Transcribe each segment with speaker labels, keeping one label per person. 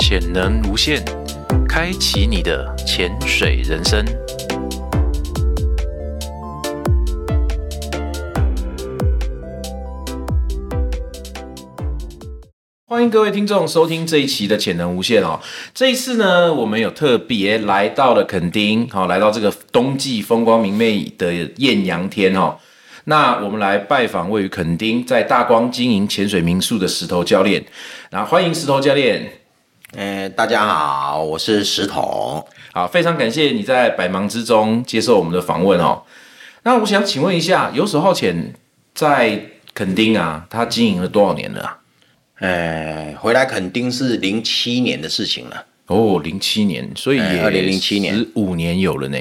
Speaker 1: 潜能无限，开启你的潜水人生。欢迎各位听众收听这一期的《潜能无限》哦。这一次呢，我们有特别来到了垦丁，好、来到这个冬季风光明媚的艳阳天哦。那我们来拜访位于垦丁在大光经营潜水民宿的石头教练，然后欢迎石头教练。
Speaker 2: 哎，大家好，我是石头。
Speaker 1: 好，非常感谢你在百忙之中接受我们的访问哦。那我想请问一下，游手好闲在垦丁啊，他经营了多少年了啊？
Speaker 2: 哎，回来肯定是零七年的事情了，
Speaker 1: 哦，零七年，所以也
Speaker 2: 哎2007年
Speaker 1: 十五年有了呢。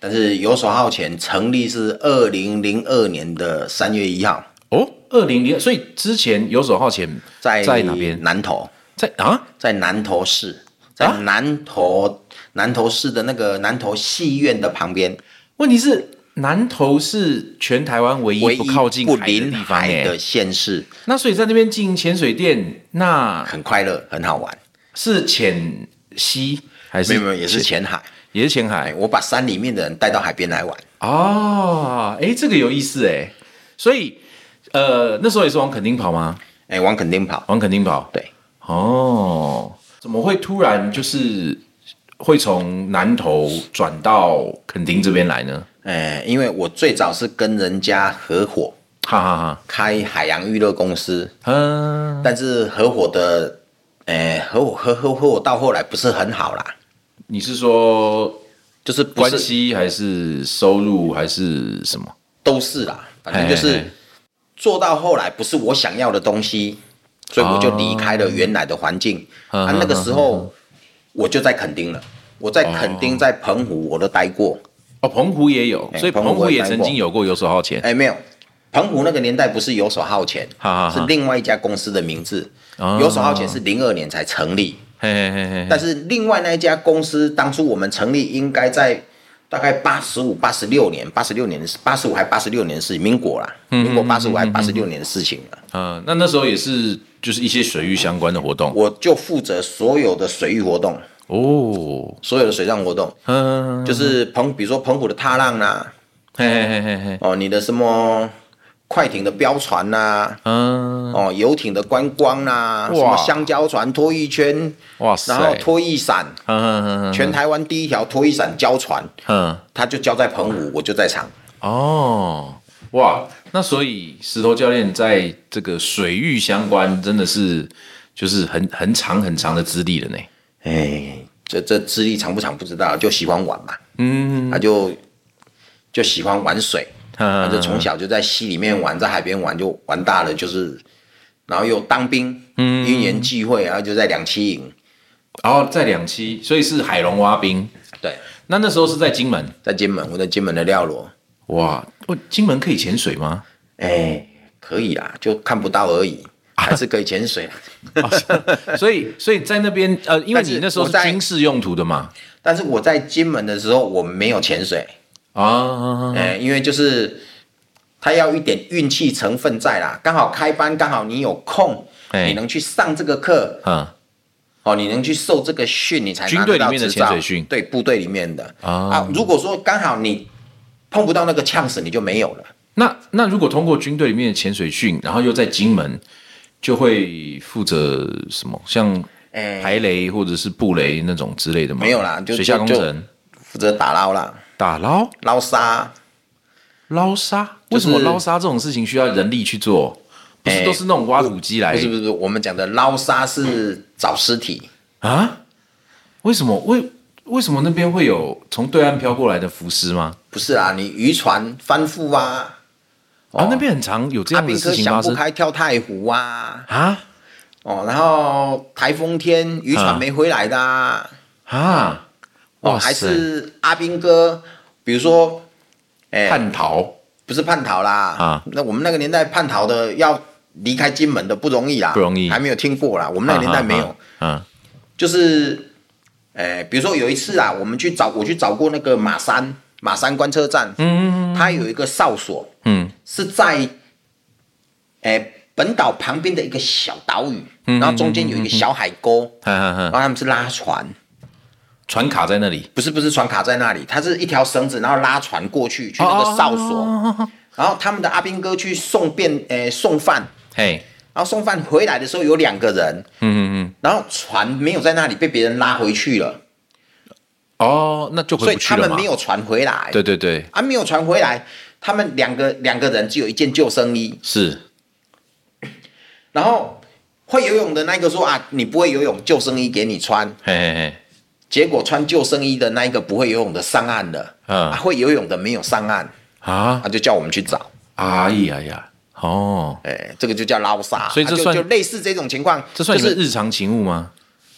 Speaker 2: 但是游手好闲成立是二零零二年的三月一号，
Speaker 1: 哦，二零零，所以之前游手好闲
Speaker 2: 在
Speaker 1: 在哪边？
Speaker 2: 南投，
Speaker 1: 在啊？
Speaker 2: 在南投市，在
Speaker 1: 啊
Speaker 2: 南投、南投市的那个南投戏院的旁边，
Speaker 1: 问题是南投是全台湾唯
Speaker 2: 唯
Speaker 1: 一
Speaker 2: 一
Speaker 1: 不靠近
Speaker 2: 不
Speaker 1: 海的
Speaker 2: 临
Speaker 1: 地方
Speaker 2: 海
Speaker 1: 哎
Speaker 2: 的。县市，
Speaker 1: 那所以在那边经营潜水店，那
Speaker 2: 很快乐，很好玩。
Speaker 1: 是潜西还是
Speaker 2: 没有没有，也是
Speaker 1: 潜
Speaker 2: 前海。
Speaker 1: 也是潜海
Speaker 2: 哎，？我把山里面的人带到海边来玩。
Speaker 1: 哦，哎，这个有意思哎。所以，呃，那时候也是往垦丁跑吗？
Speaker 2: 哎，往垦丁跑。
Speaker 1: 往垦丁跑。
Speaker 2: 对，
Speaker 1: 哦，怎么会突然就是会从南投转到垦丁这边来呢？
Speaker 2: 哎，因为我最早是跟人家合伙
Speaker 1: 哈哈哈，
Speaker 2: 开海洋娱乐公司，
Speaker 1: 嗯，
Speaker 2: 但是合伙的，哎，合伙合合合伙到后来不是很好啦，
Speaker 1: 你是说
Speaker 2: 就是不
Speaker 1: 关
Speaker 2: 是
Speaker 1: 系还是收入还是什么？
Speaker 2: 都是啦，反正就
Speaker 1: 嘿嘿
Speaker 2: 是
Speaker 1: 嘿
Speaker 2: 做到后来不是我想要的东西，所以我就
Speaker 1: 哦
Speaker 2: 离开了原来的环境。
Speaker 1: 嗯
Speaker 2: 啊，
Speaker 1: 嗯
Speaker 2: 那个
Speaker 1: 嗯
Speaker 2: 时候我就在垦丁了，我在垦丁在澎湖我都待过。
Speaker 1: 哦，澎湖也有，
Speaker 2: 哎
Speaker 1: 所以
Speaker 2: 澎
Speaker 1: 澎
Speaker 2: 湖
Speaker 1: 湖
Speaker 2: 我也
Speaker 1: 也
Speaker 2: 待
Speaker 1: 曾
Speaker 2: 过
Speaker 1: 经有过游手好闲。
Speaker 2: 哎，没有，澎湖那个年代不是游手好闲，
Speaker 1: 哈哈哈
Speaker 2: 是另外一家公司的名字。
Speaker 1: 哦
Speaker 2: 游手好闲是零二年才成立，
Speaker 1: 嘿嘿嘿嘿嘿，
Speaker 2: 但是另外那一家公司当初我们成立应该在大概八十五、八十六年、八十六年的事，八十五还八十六年的事情，民国啦，民国八十五还八十六年的事情了。
Speaker 1: 嗯，那那时候也是就是一些水域相关的活动
Speaker 2: 我就负责所有的水域活动，
Speaker 1: 哦，
Speaker 2: 所有的水上活动，
Speaker 1: 嗯，
Speaker 2: 就是澎，比如说澎湖的踏浪啦、
Speaker 1: 嘿嘿嘿嘿嘿，
Speaker 2: 哦，你的什么快艇的标船啦、
Speaker 1: 嗯，
Speaker 2: 哦，游艇的观光啦、
Speaker 1: 哇
Speaker 2: 什么香蕉船、拖曳圈，
Speaker 1: 哇塞，
Speaker 2: 然后拖曳伞，
Speaker 1: 嗯嗯嗯
Speaker 2: 全台湾第一条拖曳伞交船，
Speaker 1: 嗯，
Speaker 2: 它就交在澎湖，我就在场。
Speaker 1: 哦，哇，那所以石头教练在这个水域相关真的是就是很很长很长的资历了呢。
Speaker 2: 哎，这这资历长不长不知道，就喜欢玩嘛，
Speaker 1: 嗯，
Speaker 2: 他就就喜欢玩水，他
Speaker 1: 嗯
Speaker 2: 就从小就在溪里面玩，在海边玩，就玩大了，就是然后又当兵，嗯，因缘际会，然后就在两栖营，
Speaker 1: 然后在两期，所以是海龙蛙兵。
Speaker 2: 对，
Speaker 1: 那那时候是在金门，
Speaker 2: 在金门，我在金门的廖罗，
Speaker 1: 哇，哦金门可以潜水 吗？
Speaker 2: 哎，可以啦，就看不到而已，还是可以潜水啦。
Speaker 1: 所以所以在那边呃，因为
Speaker 2: 但是
Speaker 1: 你那时候
Speaker 2: 我
Speaker 1: 是
Speaker 2: 在
Speaker 1: 军事用途的嘛，
Speaker 2: 但是我在金门的时候，我没有潜水，
Speaker 1: 啊，
Speaker 2: 哎、因为就是他要一点运气成分在啦，刚好开班，刚好你有空，
Speaker 1: 哎
Speaker 2: 你能去上这个课，
Speaker 1: 嗯，
Speaker 2: 哦，你能去受这个训，你才
Speaker 1: 军
Speaker 2: 拿
Speaker 1: 队
Speaker 2: 得
Speaker 1: 里
Speaker 2: 到
Speaker 1: 面的
Speaker 2: 执
Speaker 1: 潜
Speaker 2: 照。
Speaker 1: 水训
Speaker 2: 对部队里面的
Speaker 1: 啊
Speaker 2: 如果说刚好你碰不到那个呛死，你就没有了。
Speaker 1: 那那如果通过军队里面的潜水训，然后又在金门，就会负责什么像
Speaker 2: 哎
Speaker 1: 排雷或者是布雷那种之类的吗？
Speaker 2: 没有啦就
Speaker 1: 水下
Speaker 2: 就
Speaker 1: 工程、
Speaker 2: 负责打捞啦，
Speaker 1: 打捞、
Speaker 2: 捞沙，
Speaker 1: 捞沙。为
Speaker 2: 就是
Speaker 1: 什么捞沙这种事情需要人力去做？不是
Speaker 2: 哎
Speaker 1: 都是那种挖土机来
Speaker 2: 不是不是，不是我们讲的捞沙是找尸体，
Speaker 1: 啊？为什么为为什么那边会有从对岸飘过来的浮尸吗？
Speaker 2: 不是啊，你渔船翻覆啊，
Speaker 1: 啊，那边很常有这
Speaker 2: 阿
Speaker 1: 样的
Speaker 2: 兵哥
Speaker 1: 事情
Speaker 2: 想
Speaker 1: 发
Speaker 2: 不
Speaker 1: 生
Speaker 2: 开跳太湖啊，
Speaker 1: 啊
Speaker 2: 哦，然后台风天渔
Speaker 1: 嗯
Speaker 2: 船没回来的啊，
Speaker 1: 啊！
Speaker 2: 哦，还是阿兵哥，比如说，哎、
Speaker 1: 叛逃
Speaker 2: 不是叛逃啦，
Speaker 1: 啊
Speaker 2: 那我们那个年代叛逃的要离开金门的不容易啦，
Speaker 1: 不容易
Speaker 2: 还没有听过啦，我们那个年代没有，
Speaker 1: 啊啊啊
Speaker 2: 就是，哎、比如说有一次啊，我们去找我去找过那个马山马山观测站，嗯，它有一个哨所，
Speaker 1: 嗯
Speaker 2: 是在，哎、本岛旁边的一个小岛屿，
Speaker 1: 嗯
Speaker 2: 然后中间有一个小海沟，
Speaker 1: 哈哈
Speaker 2: 然
Speaker 1: 哈，
Speaker 2: 后他们是拉船，
Speaker 1: 船卡在那里，
Speaker 2: 不是不是船卡在那里，它是一条绳子，然后拉船过去去那个哨
Speaker 1: 哦
Speaker 2: 所，然后他们的阿兵哥去送便呃送饭，
Speaker 1: 嘿，
Speaker 2: 然后送饭回来的时候有两个人，
Speaker 1: 嗯嗯嗯，
Speaker 2: 然后船没有在那里被别人拉回去了，
Speaker 1: 哦，那就
Speaker 2: 所
Speaker 1: 回
Speaker 2: 以
Speaker 1: 不去
Speaker 2: 他
Speaker 1: 了
Speaker 2: 们
Speaker 1: 嘛
Speaker 2: 没。有船回来，
Speaker 1: 对对对，
Speaker 2: 啊没有船回来，他们两个两个人只有一件救生衣，
Speaker 1: 是
Speaker 2: 然后会游泳的那个说啊你不会游泳，救生衣给你穿，
Speaker 1: 嘿嘿嘿，
Speaker 2: 结果穿救生衣的那一个不会游泳的上岸了，
Speaker 1: 嗯
Speaker 2: 啊会游泳的没有上岸，
Speaker 1: 啊
Speaker 2: 他、，就叫我们去找。
Speaker 1: 哎呀呀，哦，
Speaker 2: 哎、这个就叫捞杀，
Speaker 1: 所以这
Speaker 2: 啊就
Speaker 1: 算
Speaker 2: 就类似这种情况，
Speaker 1: 这算你
Speaker 2: 就
Speaker 1: 们
Speaker 2: 是
Speaker 1: 日常勤务吗？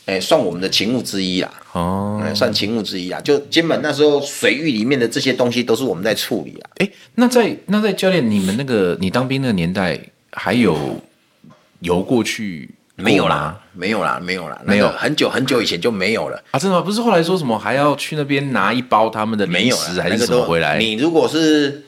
Speaker 2: 哎、算我们的情物之一啦，
Speaker 1: 哦
Speaker 2: 哎、，算情物之一啦。就金门那时候水域里面的这些东西都是我们在处理啊，
Speaker 1: 哎，那在那在教练，你们那个你当兵那个年代，还有游过去过吗
Speaker 2: 没有啦，没有啦，没有啦，
Speaker 1: 没有
Speaker 2: 那个很久很久以前就没有了，
Speaker 1: 啊？真的吗？不是后来说什么还要去那边拿一包他们的
Speaker 2: 没
Speaker 1: 零
Speaker 2: 有
Speaker 1: 食
Speaker 2: 啦，
Speaker 1: 还
Speaker 2: 那
Speaker 1: 是
Speaker 2: 个
Speaker 1: 什么
Speaker 2: 都
Speaker 1: 回来？
Speaker 2: 你如果是。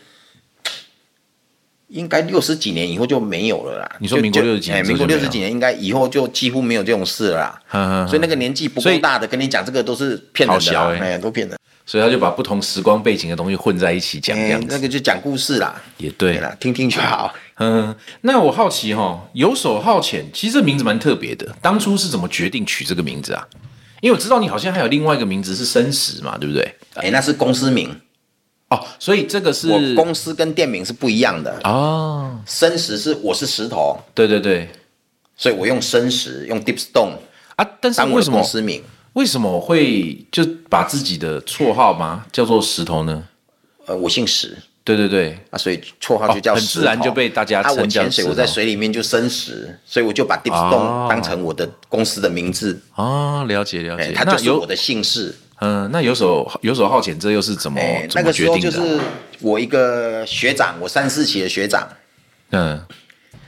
Speaker 2: 应该六十几年以后就没有了啦。
Speaker 1: 你说
Speaker 2: 就
Speaker 1: 民国
Speaker 2: 就
Speaker 1: 60几年
Speaker 2: 哎
Speaker 1: 之后
Speaker 2: 民国
Speaker 1: 就没
Speaker 2: 六
Speaker 1: 有
Speaker 2: 十几年应该以后就几乎没有这种事了啦。
Speaker 1: 哈哈哈
Speaker 2: 所以那个年纪不
Speaker 1: 所
Speaker 2: 够
Speaker 1: 以
Speaker 2: 大的，跟你讲这个都是骗人的
Speaker 1: 好
Speaker 2: 啦，
Speaker 1: 小欸
Speaker 2: 哎，都骗人。
Speaker 1: 所以他就把不同时光背景的东西混在一起讲，这
Speaker 2: 哎
Speaker 1: 样，子、
Speaker 2: 那个就讲故事啦，
Speaker 1: 也对。
Speaker 2: 啦，听听就好。
Speaker 1: 嗯， 那我好奇哈、哦，游手好闲，其实这名字蛮特别的，当初是怎么决定取这个名字啊？因为我知道你好像还有另外一个名字是生食嘛，对不对？
Speaker 2: 哎、那是公司名，
Speaker 1: 哦，所以这个是
Speaker 2: 我公司跟店名是不一样的。
Speaker 1: 哦，
Speaker 2: 生石是我是石头，
Speaker 1: 对对对
Speaker 2: 所以我用生石用 Deep Stone
Speaker 1: 啊，但是
Speaker 2: 当我
Speaker 1: 为
Speaker 2: 的
Speaker 1: 什么
Speaker 2: 公司名。
Speaker 1: 为什么会就把自己的绰号嘛叫做石头呢？
Speaker 2: 呃，我姓石
Speaker 1: 对对对，
Speaker 2: 啊，所以绰号就
Speaker 1: 哦
Speaker 2: 叫
Speaker 1: 很
Speaker 2: 石头、
Speaker 1: 自然就被大家
Speaker 2: 啊，我
Speaker 1: 称叫
Speaker 2: 潜
Speaker 1: 石
Speaker 2: 水，
Speaker 1: 头
Speaker 2: 我在水里面就生石，所以我就把 Deep
Speaker 1: 哦
Speaker 2: Stone 当成我的公司的名字，
Speaker 1: 哦，了解了
Speaker 2: 哎、
Speaker 1: 解。
Speaker 2: 它
Speaker 1: 那
Speaker 2: 就是我
Speaker 1: 有
Speaker 2: 的姓氏。
Speaker 1: 嗯、那游手游手好闲，这又是怎么、
Speaker 2: 哎、
Speaker 1: 哦怎
Speaker 2: 那
Speaker 1: 么
Speaker 2: 个
Speaker 1: 决
Speaker 2: 时候
Speaker 1: 定
Speaker 2: 就
Speaker 1: 的啊？
Speaker 2: 是我一个学长，我三四期的学长，
Speaker 1: 嗯，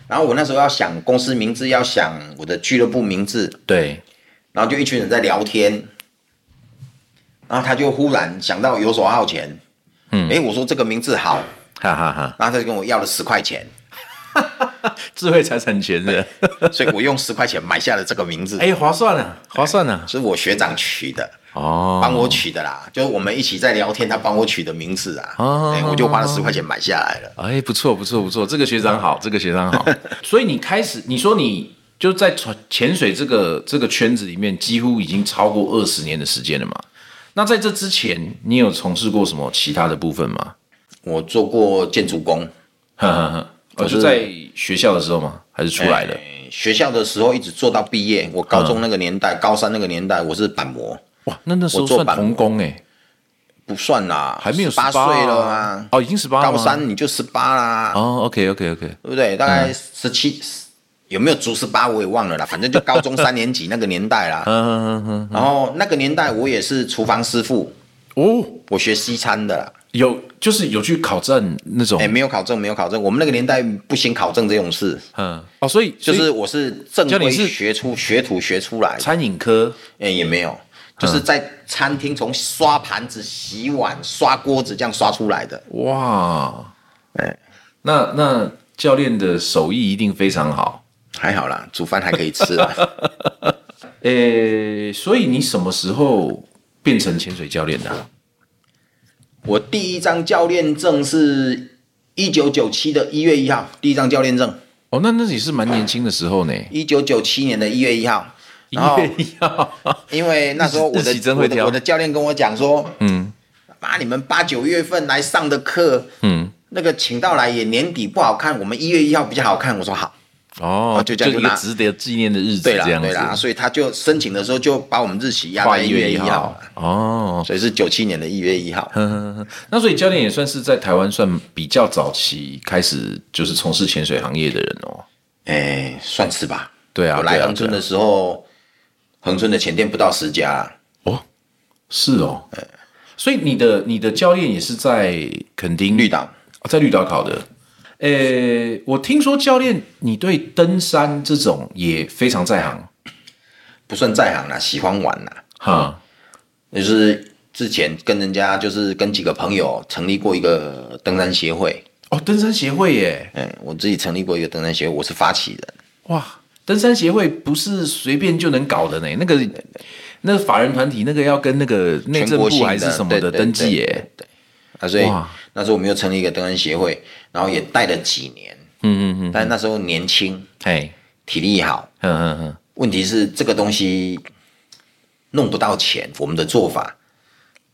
Speaker 2: 然后我那时候要想公司名字，要想我的俱乐部名字，
Speaker 1: 对，
Speaker 2: 然后就一群人在聊天，然后他就忽然想到游手好闲，嗯，哎，我说这个名字好，
Speaker 1: 哈哈哈，
Speaker 2: 然后他就跟我要了十块 钱，
Speaker 1: 智慧财产权的，
Speaker 2: 所以我用十块钱买下了这个名字，
Speaker 1: 哎、划算啊，划算啊，
Speaker 2: 是我学长取的，
Speaker 1: 哦，
Speaker 2: 帮我取的啦，就是我们一起在聊天，他帮我取的名字啊，
Speaker 1: 哦
Speaker 2: 哎，我就花了十块钱买下来了。
Speaker 1: 哎，不错不错不错，这个学长好，这个学长好。嗯 所以你开始，你说你就在船潜水这个这个圈子里面，几乎已经超过二十年的时间了嘛？那在这之前，你有从事过什么其他的部分吗？
Speaker 2: 我做过建筑工，
Speaker 1: 呵呵呵，我
Speaker 2: 是
Speaker 1: 就在学校的时候吗？还是出来的？
Speaker 2: 哎学校的时候一直做到毕业，我高中那个年代，高三那个年代，我是板模，
Speaker 1: 哇，哎那那时候
Speaker 2: 我做
Speaker 1: 算
Speaker 2: 板
Speaker 1: 童工哎、
Speaker 2: 不算啦，
Speaker 1: 还没有
Speaker 2: 八
Speaker 1: 18
Speaker 2: 岁
Speaker 1: 啊
Speaker 2: 了啊，
Speaker 1: 哦，已经十八了
Speaker 2: 高
Speaker 1: 吗
Speaker 2: 三你就十八啦，
Speaker 1: 哦，OK OK OK，
Speaker 2: 对不对？
Speaker 1: 嗯
Speaker 2: 大概十七、有没有足十八我也忘了啦，反正就高中三年级那个年代啦。
Speaker 1: 嗯嗯嗯，
Speaker 2: 然后那个年代我也是厨房师傅，
Speaker 1: 哦，
Speaker 2: 我学西餐的啦。
Speaker 1: 有就是有去考证那种，
Speaker 2: 哎，没有考证，没有考证，我们那个年代不兴考证这种事，
Speaker 1: 嗯，哦，所以
Speaker 2: 就
Speaker 1: 所
Speaker 2: 是
Speaker 1: 以
Speaker 2: 我是正
Speaker 1: 教你
Speaker 2: 规
Speaker 1: 是
Speaker 2: 学出学徒学出来的，
Speaker 1: 餐嗯饮科
Speaker 2: 哎也没有，就是在餐厅从刷盘子、洗碗、刷锅子这样刷出来的。
Speaker 1: 哇，
Speaker 2: 哎，
Speaker 1: 那那教练的手艺一定非常好。
Speaker 2: 还好啦，煮饭还可以吃啦。
Speaker 1: 呃、所以你什么时候变成潜水教练的啊、
Speaker 2: 我第一张教练证是一九九七的一月一号，第一张教练证。
Speaker 1: 哦，那那也是蛮年轻的时候 呢，
Speaker 2: 一九九七年的一月一号，
Speaker 1: 一
Speaker 2: 然后
Speaker 1: 月一号。
Speaker 2: 因为那时候我
Speaker 1: 日
Speaker 2: 的
Speaker 1: 期真会
Speaker 2: 我的
Speaker 1: 挑
Speaker 2: 我的教练跟我讲说，
Speaker 1: 嗯
Speaker 2: 妈，你们八九月份来上的课，
Speaker 1: 嗯，
Speaker 2: 那个请到来也年底不好看，我们一月一号比较好看。我说好，
Speaker 1: 哦
Speaker 2: 啊，就这样就
Speaker 1: 一个
Speaker 2: 拿
Speaker 1: 值得纪念的日子
Speaker 2: 对啦
Speaker 1: 这样
Speaker 2: 对啦，
Speaker 1: 子，
Speaker 2: 所以他就申请的时候就把我们日期压
Speaker 1: 跨
Speaker 2: 在
Speaker 1: 一
Speaker 2: 一
Speaker 1: 月
Speaker 2: 月
Speaker 1: 一
Speaker 2: 一号
Speaker 1: 号嗯
Speaker 2: 了，
Speaker 1: 哦，
Speaker 2: 所以是九七年的一月一号。
Speaker 1: 那所以教练也算是在台湾算比较早期开始就是从事潜水行业的人哦。
Speaker 2: 哎，算是吧。
Speaker 1: 对啊
Speaker 2: 我来
Speaker 1: 对啊
Speaker 2: 恒春的时候，恒春的前店不到十家啊，
Speaker 1: 是哦，
Speaker 2: 哎
Speaker 1: 所以你的你的教练也是在垦丁
Speaker 2: 绿岛
Speaker 1: 哦在绿岛考的。呃，我听说教练你对登山这种也非常在行
Speaker 2: 不算在行啦，喜欢玩啦。
Speaker 1: 哈。
Speaker 2: 就是之前跟人家就是跟几个朋友成立过一个登山协会，
Speaker 1: 哦，登山协会耶，
Speaker 2: 嗯，我自己成立过一个登山协会，我是发起人。
Speaker 1: 哇，登山协会不是随便就能搞的呢。那个那个法人团体，那个要跟那个内
Speaker 2: 全
Speaker 1: 政
Speaker 2: 国
Speaker 1: 部
Speaker 2: 性
Speaker 1: 还是什么的
Speaker 2: 的
Speaker 1: 登记
Speaker 2: 对
Speaker 1: 耶。
Speaker 2: 对对啊，所以
Speaker 1: 哇
Speaker 2: 那时候我们又成立一个登山协会，然后也带了几年，嗯嗯嗯，但那时候年轻，
Speaker 1: 哎，
Speaker 2: 体力好，
Speaker 1: 嗯嗯嗯，
Speaker 2: 问题是这个东西弄不到钱，我们的做法，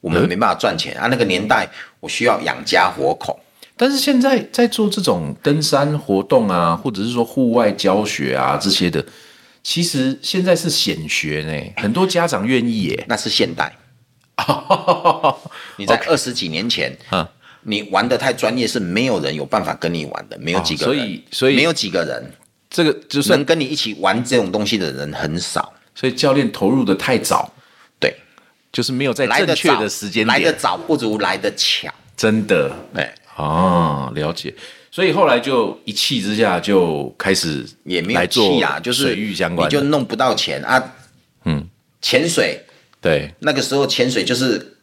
Speaker 2: 我
Speaker 1: 嗯
Speaker 2: 们没办法赚钱、啊。那个年代我需要养家活口，
Speaker 1: 但是现在在做这种登山活动啊，或者是说户外教学啊这些的，其实现在是显学呢，很多家长愿意 耶。
Speaker 2: 那是现代。你在二十几年前
Speaker 1: 啊
Speaker 2: 你玩的太专业，是没有人有办法跟你玩的，没有几个
Speaker 1: 哦
Speaker 2: 人，
Speaker 1: 所以所以
Speaker 2: 没有几个人
Speaker 1: 这个就算
Speaker 2: 能，跟你一起玩这种东西的人很少。
Speaker 1: 所以教练投入的太早，
Speaker 2: 对，
Speaker 1: 就是没有在
Speaker 2: 来
Speaker 1: 正
Speaker 2: 的
Speaker 1: 确
Speaker 2: 早
Speaker 1: 的时间
Speaker 2: 来的
Speaker 1: 点，
Speaker 2: 早不如来的巧。
Speaker 1: 真的
Speaker 2: 哎，
Speaker 1: 哦，了解。所以后来就一气之下就开始
Speaker 2: 也没
Speaker 1: 来
Speaker 2: 有
Speaker 1: 做
Speaker 2: 气啊，就是
Speaker 1: 水域相关
Speaker 2: 你就
Speaker 1: 的，
Speaker 2: 弄不到钱啊。嗯，潜水
Speaker 1: 对
Speaker 2: 那个时候潜水就是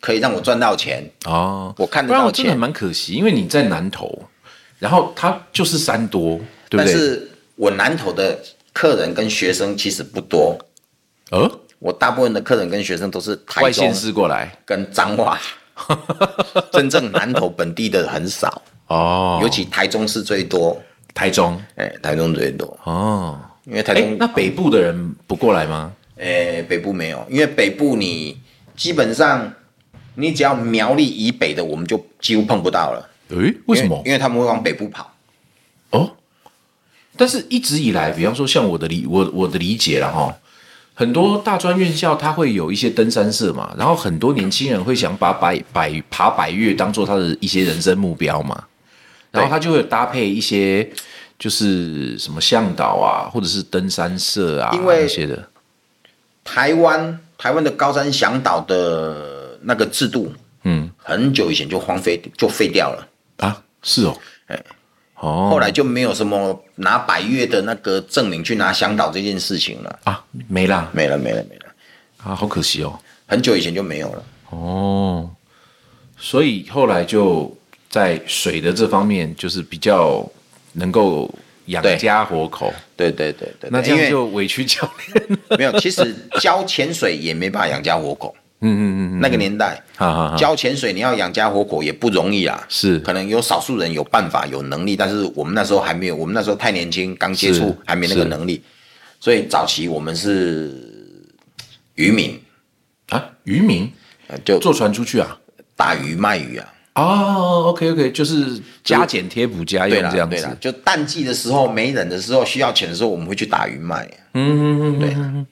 Speaker 2: 可以让我赚到钱，
Speaker 1: 哦，
Speaker 2: 我看
Speaker 1: 不
Speaker 2: 得
Speaker 1: 然
Speaker 2: 到
Speaker 1: 我真的
Speaker 2: 钱，
Speaker 1: 蛮可惜，因为你在南投，然后它就是山多，对不
Speaker 2: 但
Speaker 1: 对？
Speaker 2: 是我南投的客人跟学生其实不多，
Speaker 1: 呃，
Speaker 2: 我大部分的客人跟学生都是台
Speaker 1: 外
Speaker 2: 中
Speaker 1: 县市过来，
Speaker 2: 跟 彰化，真正南投本地的很少，
Speaker 1: 哦，
Speaker 2: 尤其台中市最多，
Speaker 1: 台中
Speaker 2: 哎，台中最多，
Speaker 1: 哦。
Speaker 2: 因为台
Speaker 1: 哎，
Speaker 2: 中
Speaker 1: 那北部的人不过来吗？
Speaker 2: 诶、北部没有，因为北部你基本上你只要苗栗以北的，我们就几乎碰不到了。
Speaker 1: 诶，为什么
Speaker 2: 因？因为他们会往北部跑。
Speaker 1: 哦，但是一直以来，比方说像我的理我我的理解了哈，很多大专院校它会有一些登山社嘛，然后很多年轻人会想把百百爬百越当做他的一些人生目标嘛，然后他就会搭配一些就是什么向导啊，或者是登山社啊
Speaker 2: 因为
Speaker 1: 那些的，
Speaker 2: 台湾台湾的高山向导的那个制度，
Speaker 1: 嗯
Speaker 2: 很久以前就荒废就废掉了，
Speaker 1: 啊，是哦，
Speaker 2: 哎
Speaker 1: 哦，
Speaker 2: 后来就没有什么拿百越的那个证明去拿向导这件事情了，
Speaker 1: 啊没啦
Speaker 2: 没了没了没了，
Speaker 1: 啊，好可惜哦，
Speaker 2: 很久以前就没有了。
Speaker 1: 哦，所以后来就在水的这方面，就是比较能够养
Speaker 2: 对
Speaker 1: 家活口。
Speaker 2: 对对对对，
Speaker 1: 那这
Speaker 2: 因
Speaker 1: 样
Speaker 2: 为
Speaker 1: 就委屈教练了。
Speaker 2: 没有，其实教潜水也没办法养家活口。
Speaker 1: 嗯嗯嗯嗯，
Speaker 2: 那个年代，
Speaker 1: 好好好
Speaker 2: 教潜水你要养家活口也不容易啦。
Speaker 1: 是
Speaker 2: 可能有少数人有办法、有能力，但是我们那时候还没有，我们那时候太年轻，刚接
Speaker 1: 是
Speaker 2: 触，还没那个
Speaker 1: 是
Speaker 2: 能力。所以早期我们是渔民，
Speaker 1: 啊，渔民
Speaker 2: 呃就
Speaker 1: 坐船出去啊。
Speaker 2: 打鱼卖鱼啊。
Speaker 1: 哦，OK OK，就是加减贴补家
Speaker 2: 对
Speaker 1: 用
Speaker 2: 啦，
Speaker 1: 这样
Speaker 2: 对啦
Speaker 1: 子，。
Speaker 2: 就淡季的时候没人的时候，需要钱的时候，我们会去打鱼卖。
Speaker 1: 嗯嗯嗯，
Speaker 2: 对
Speaker 1: 嗯。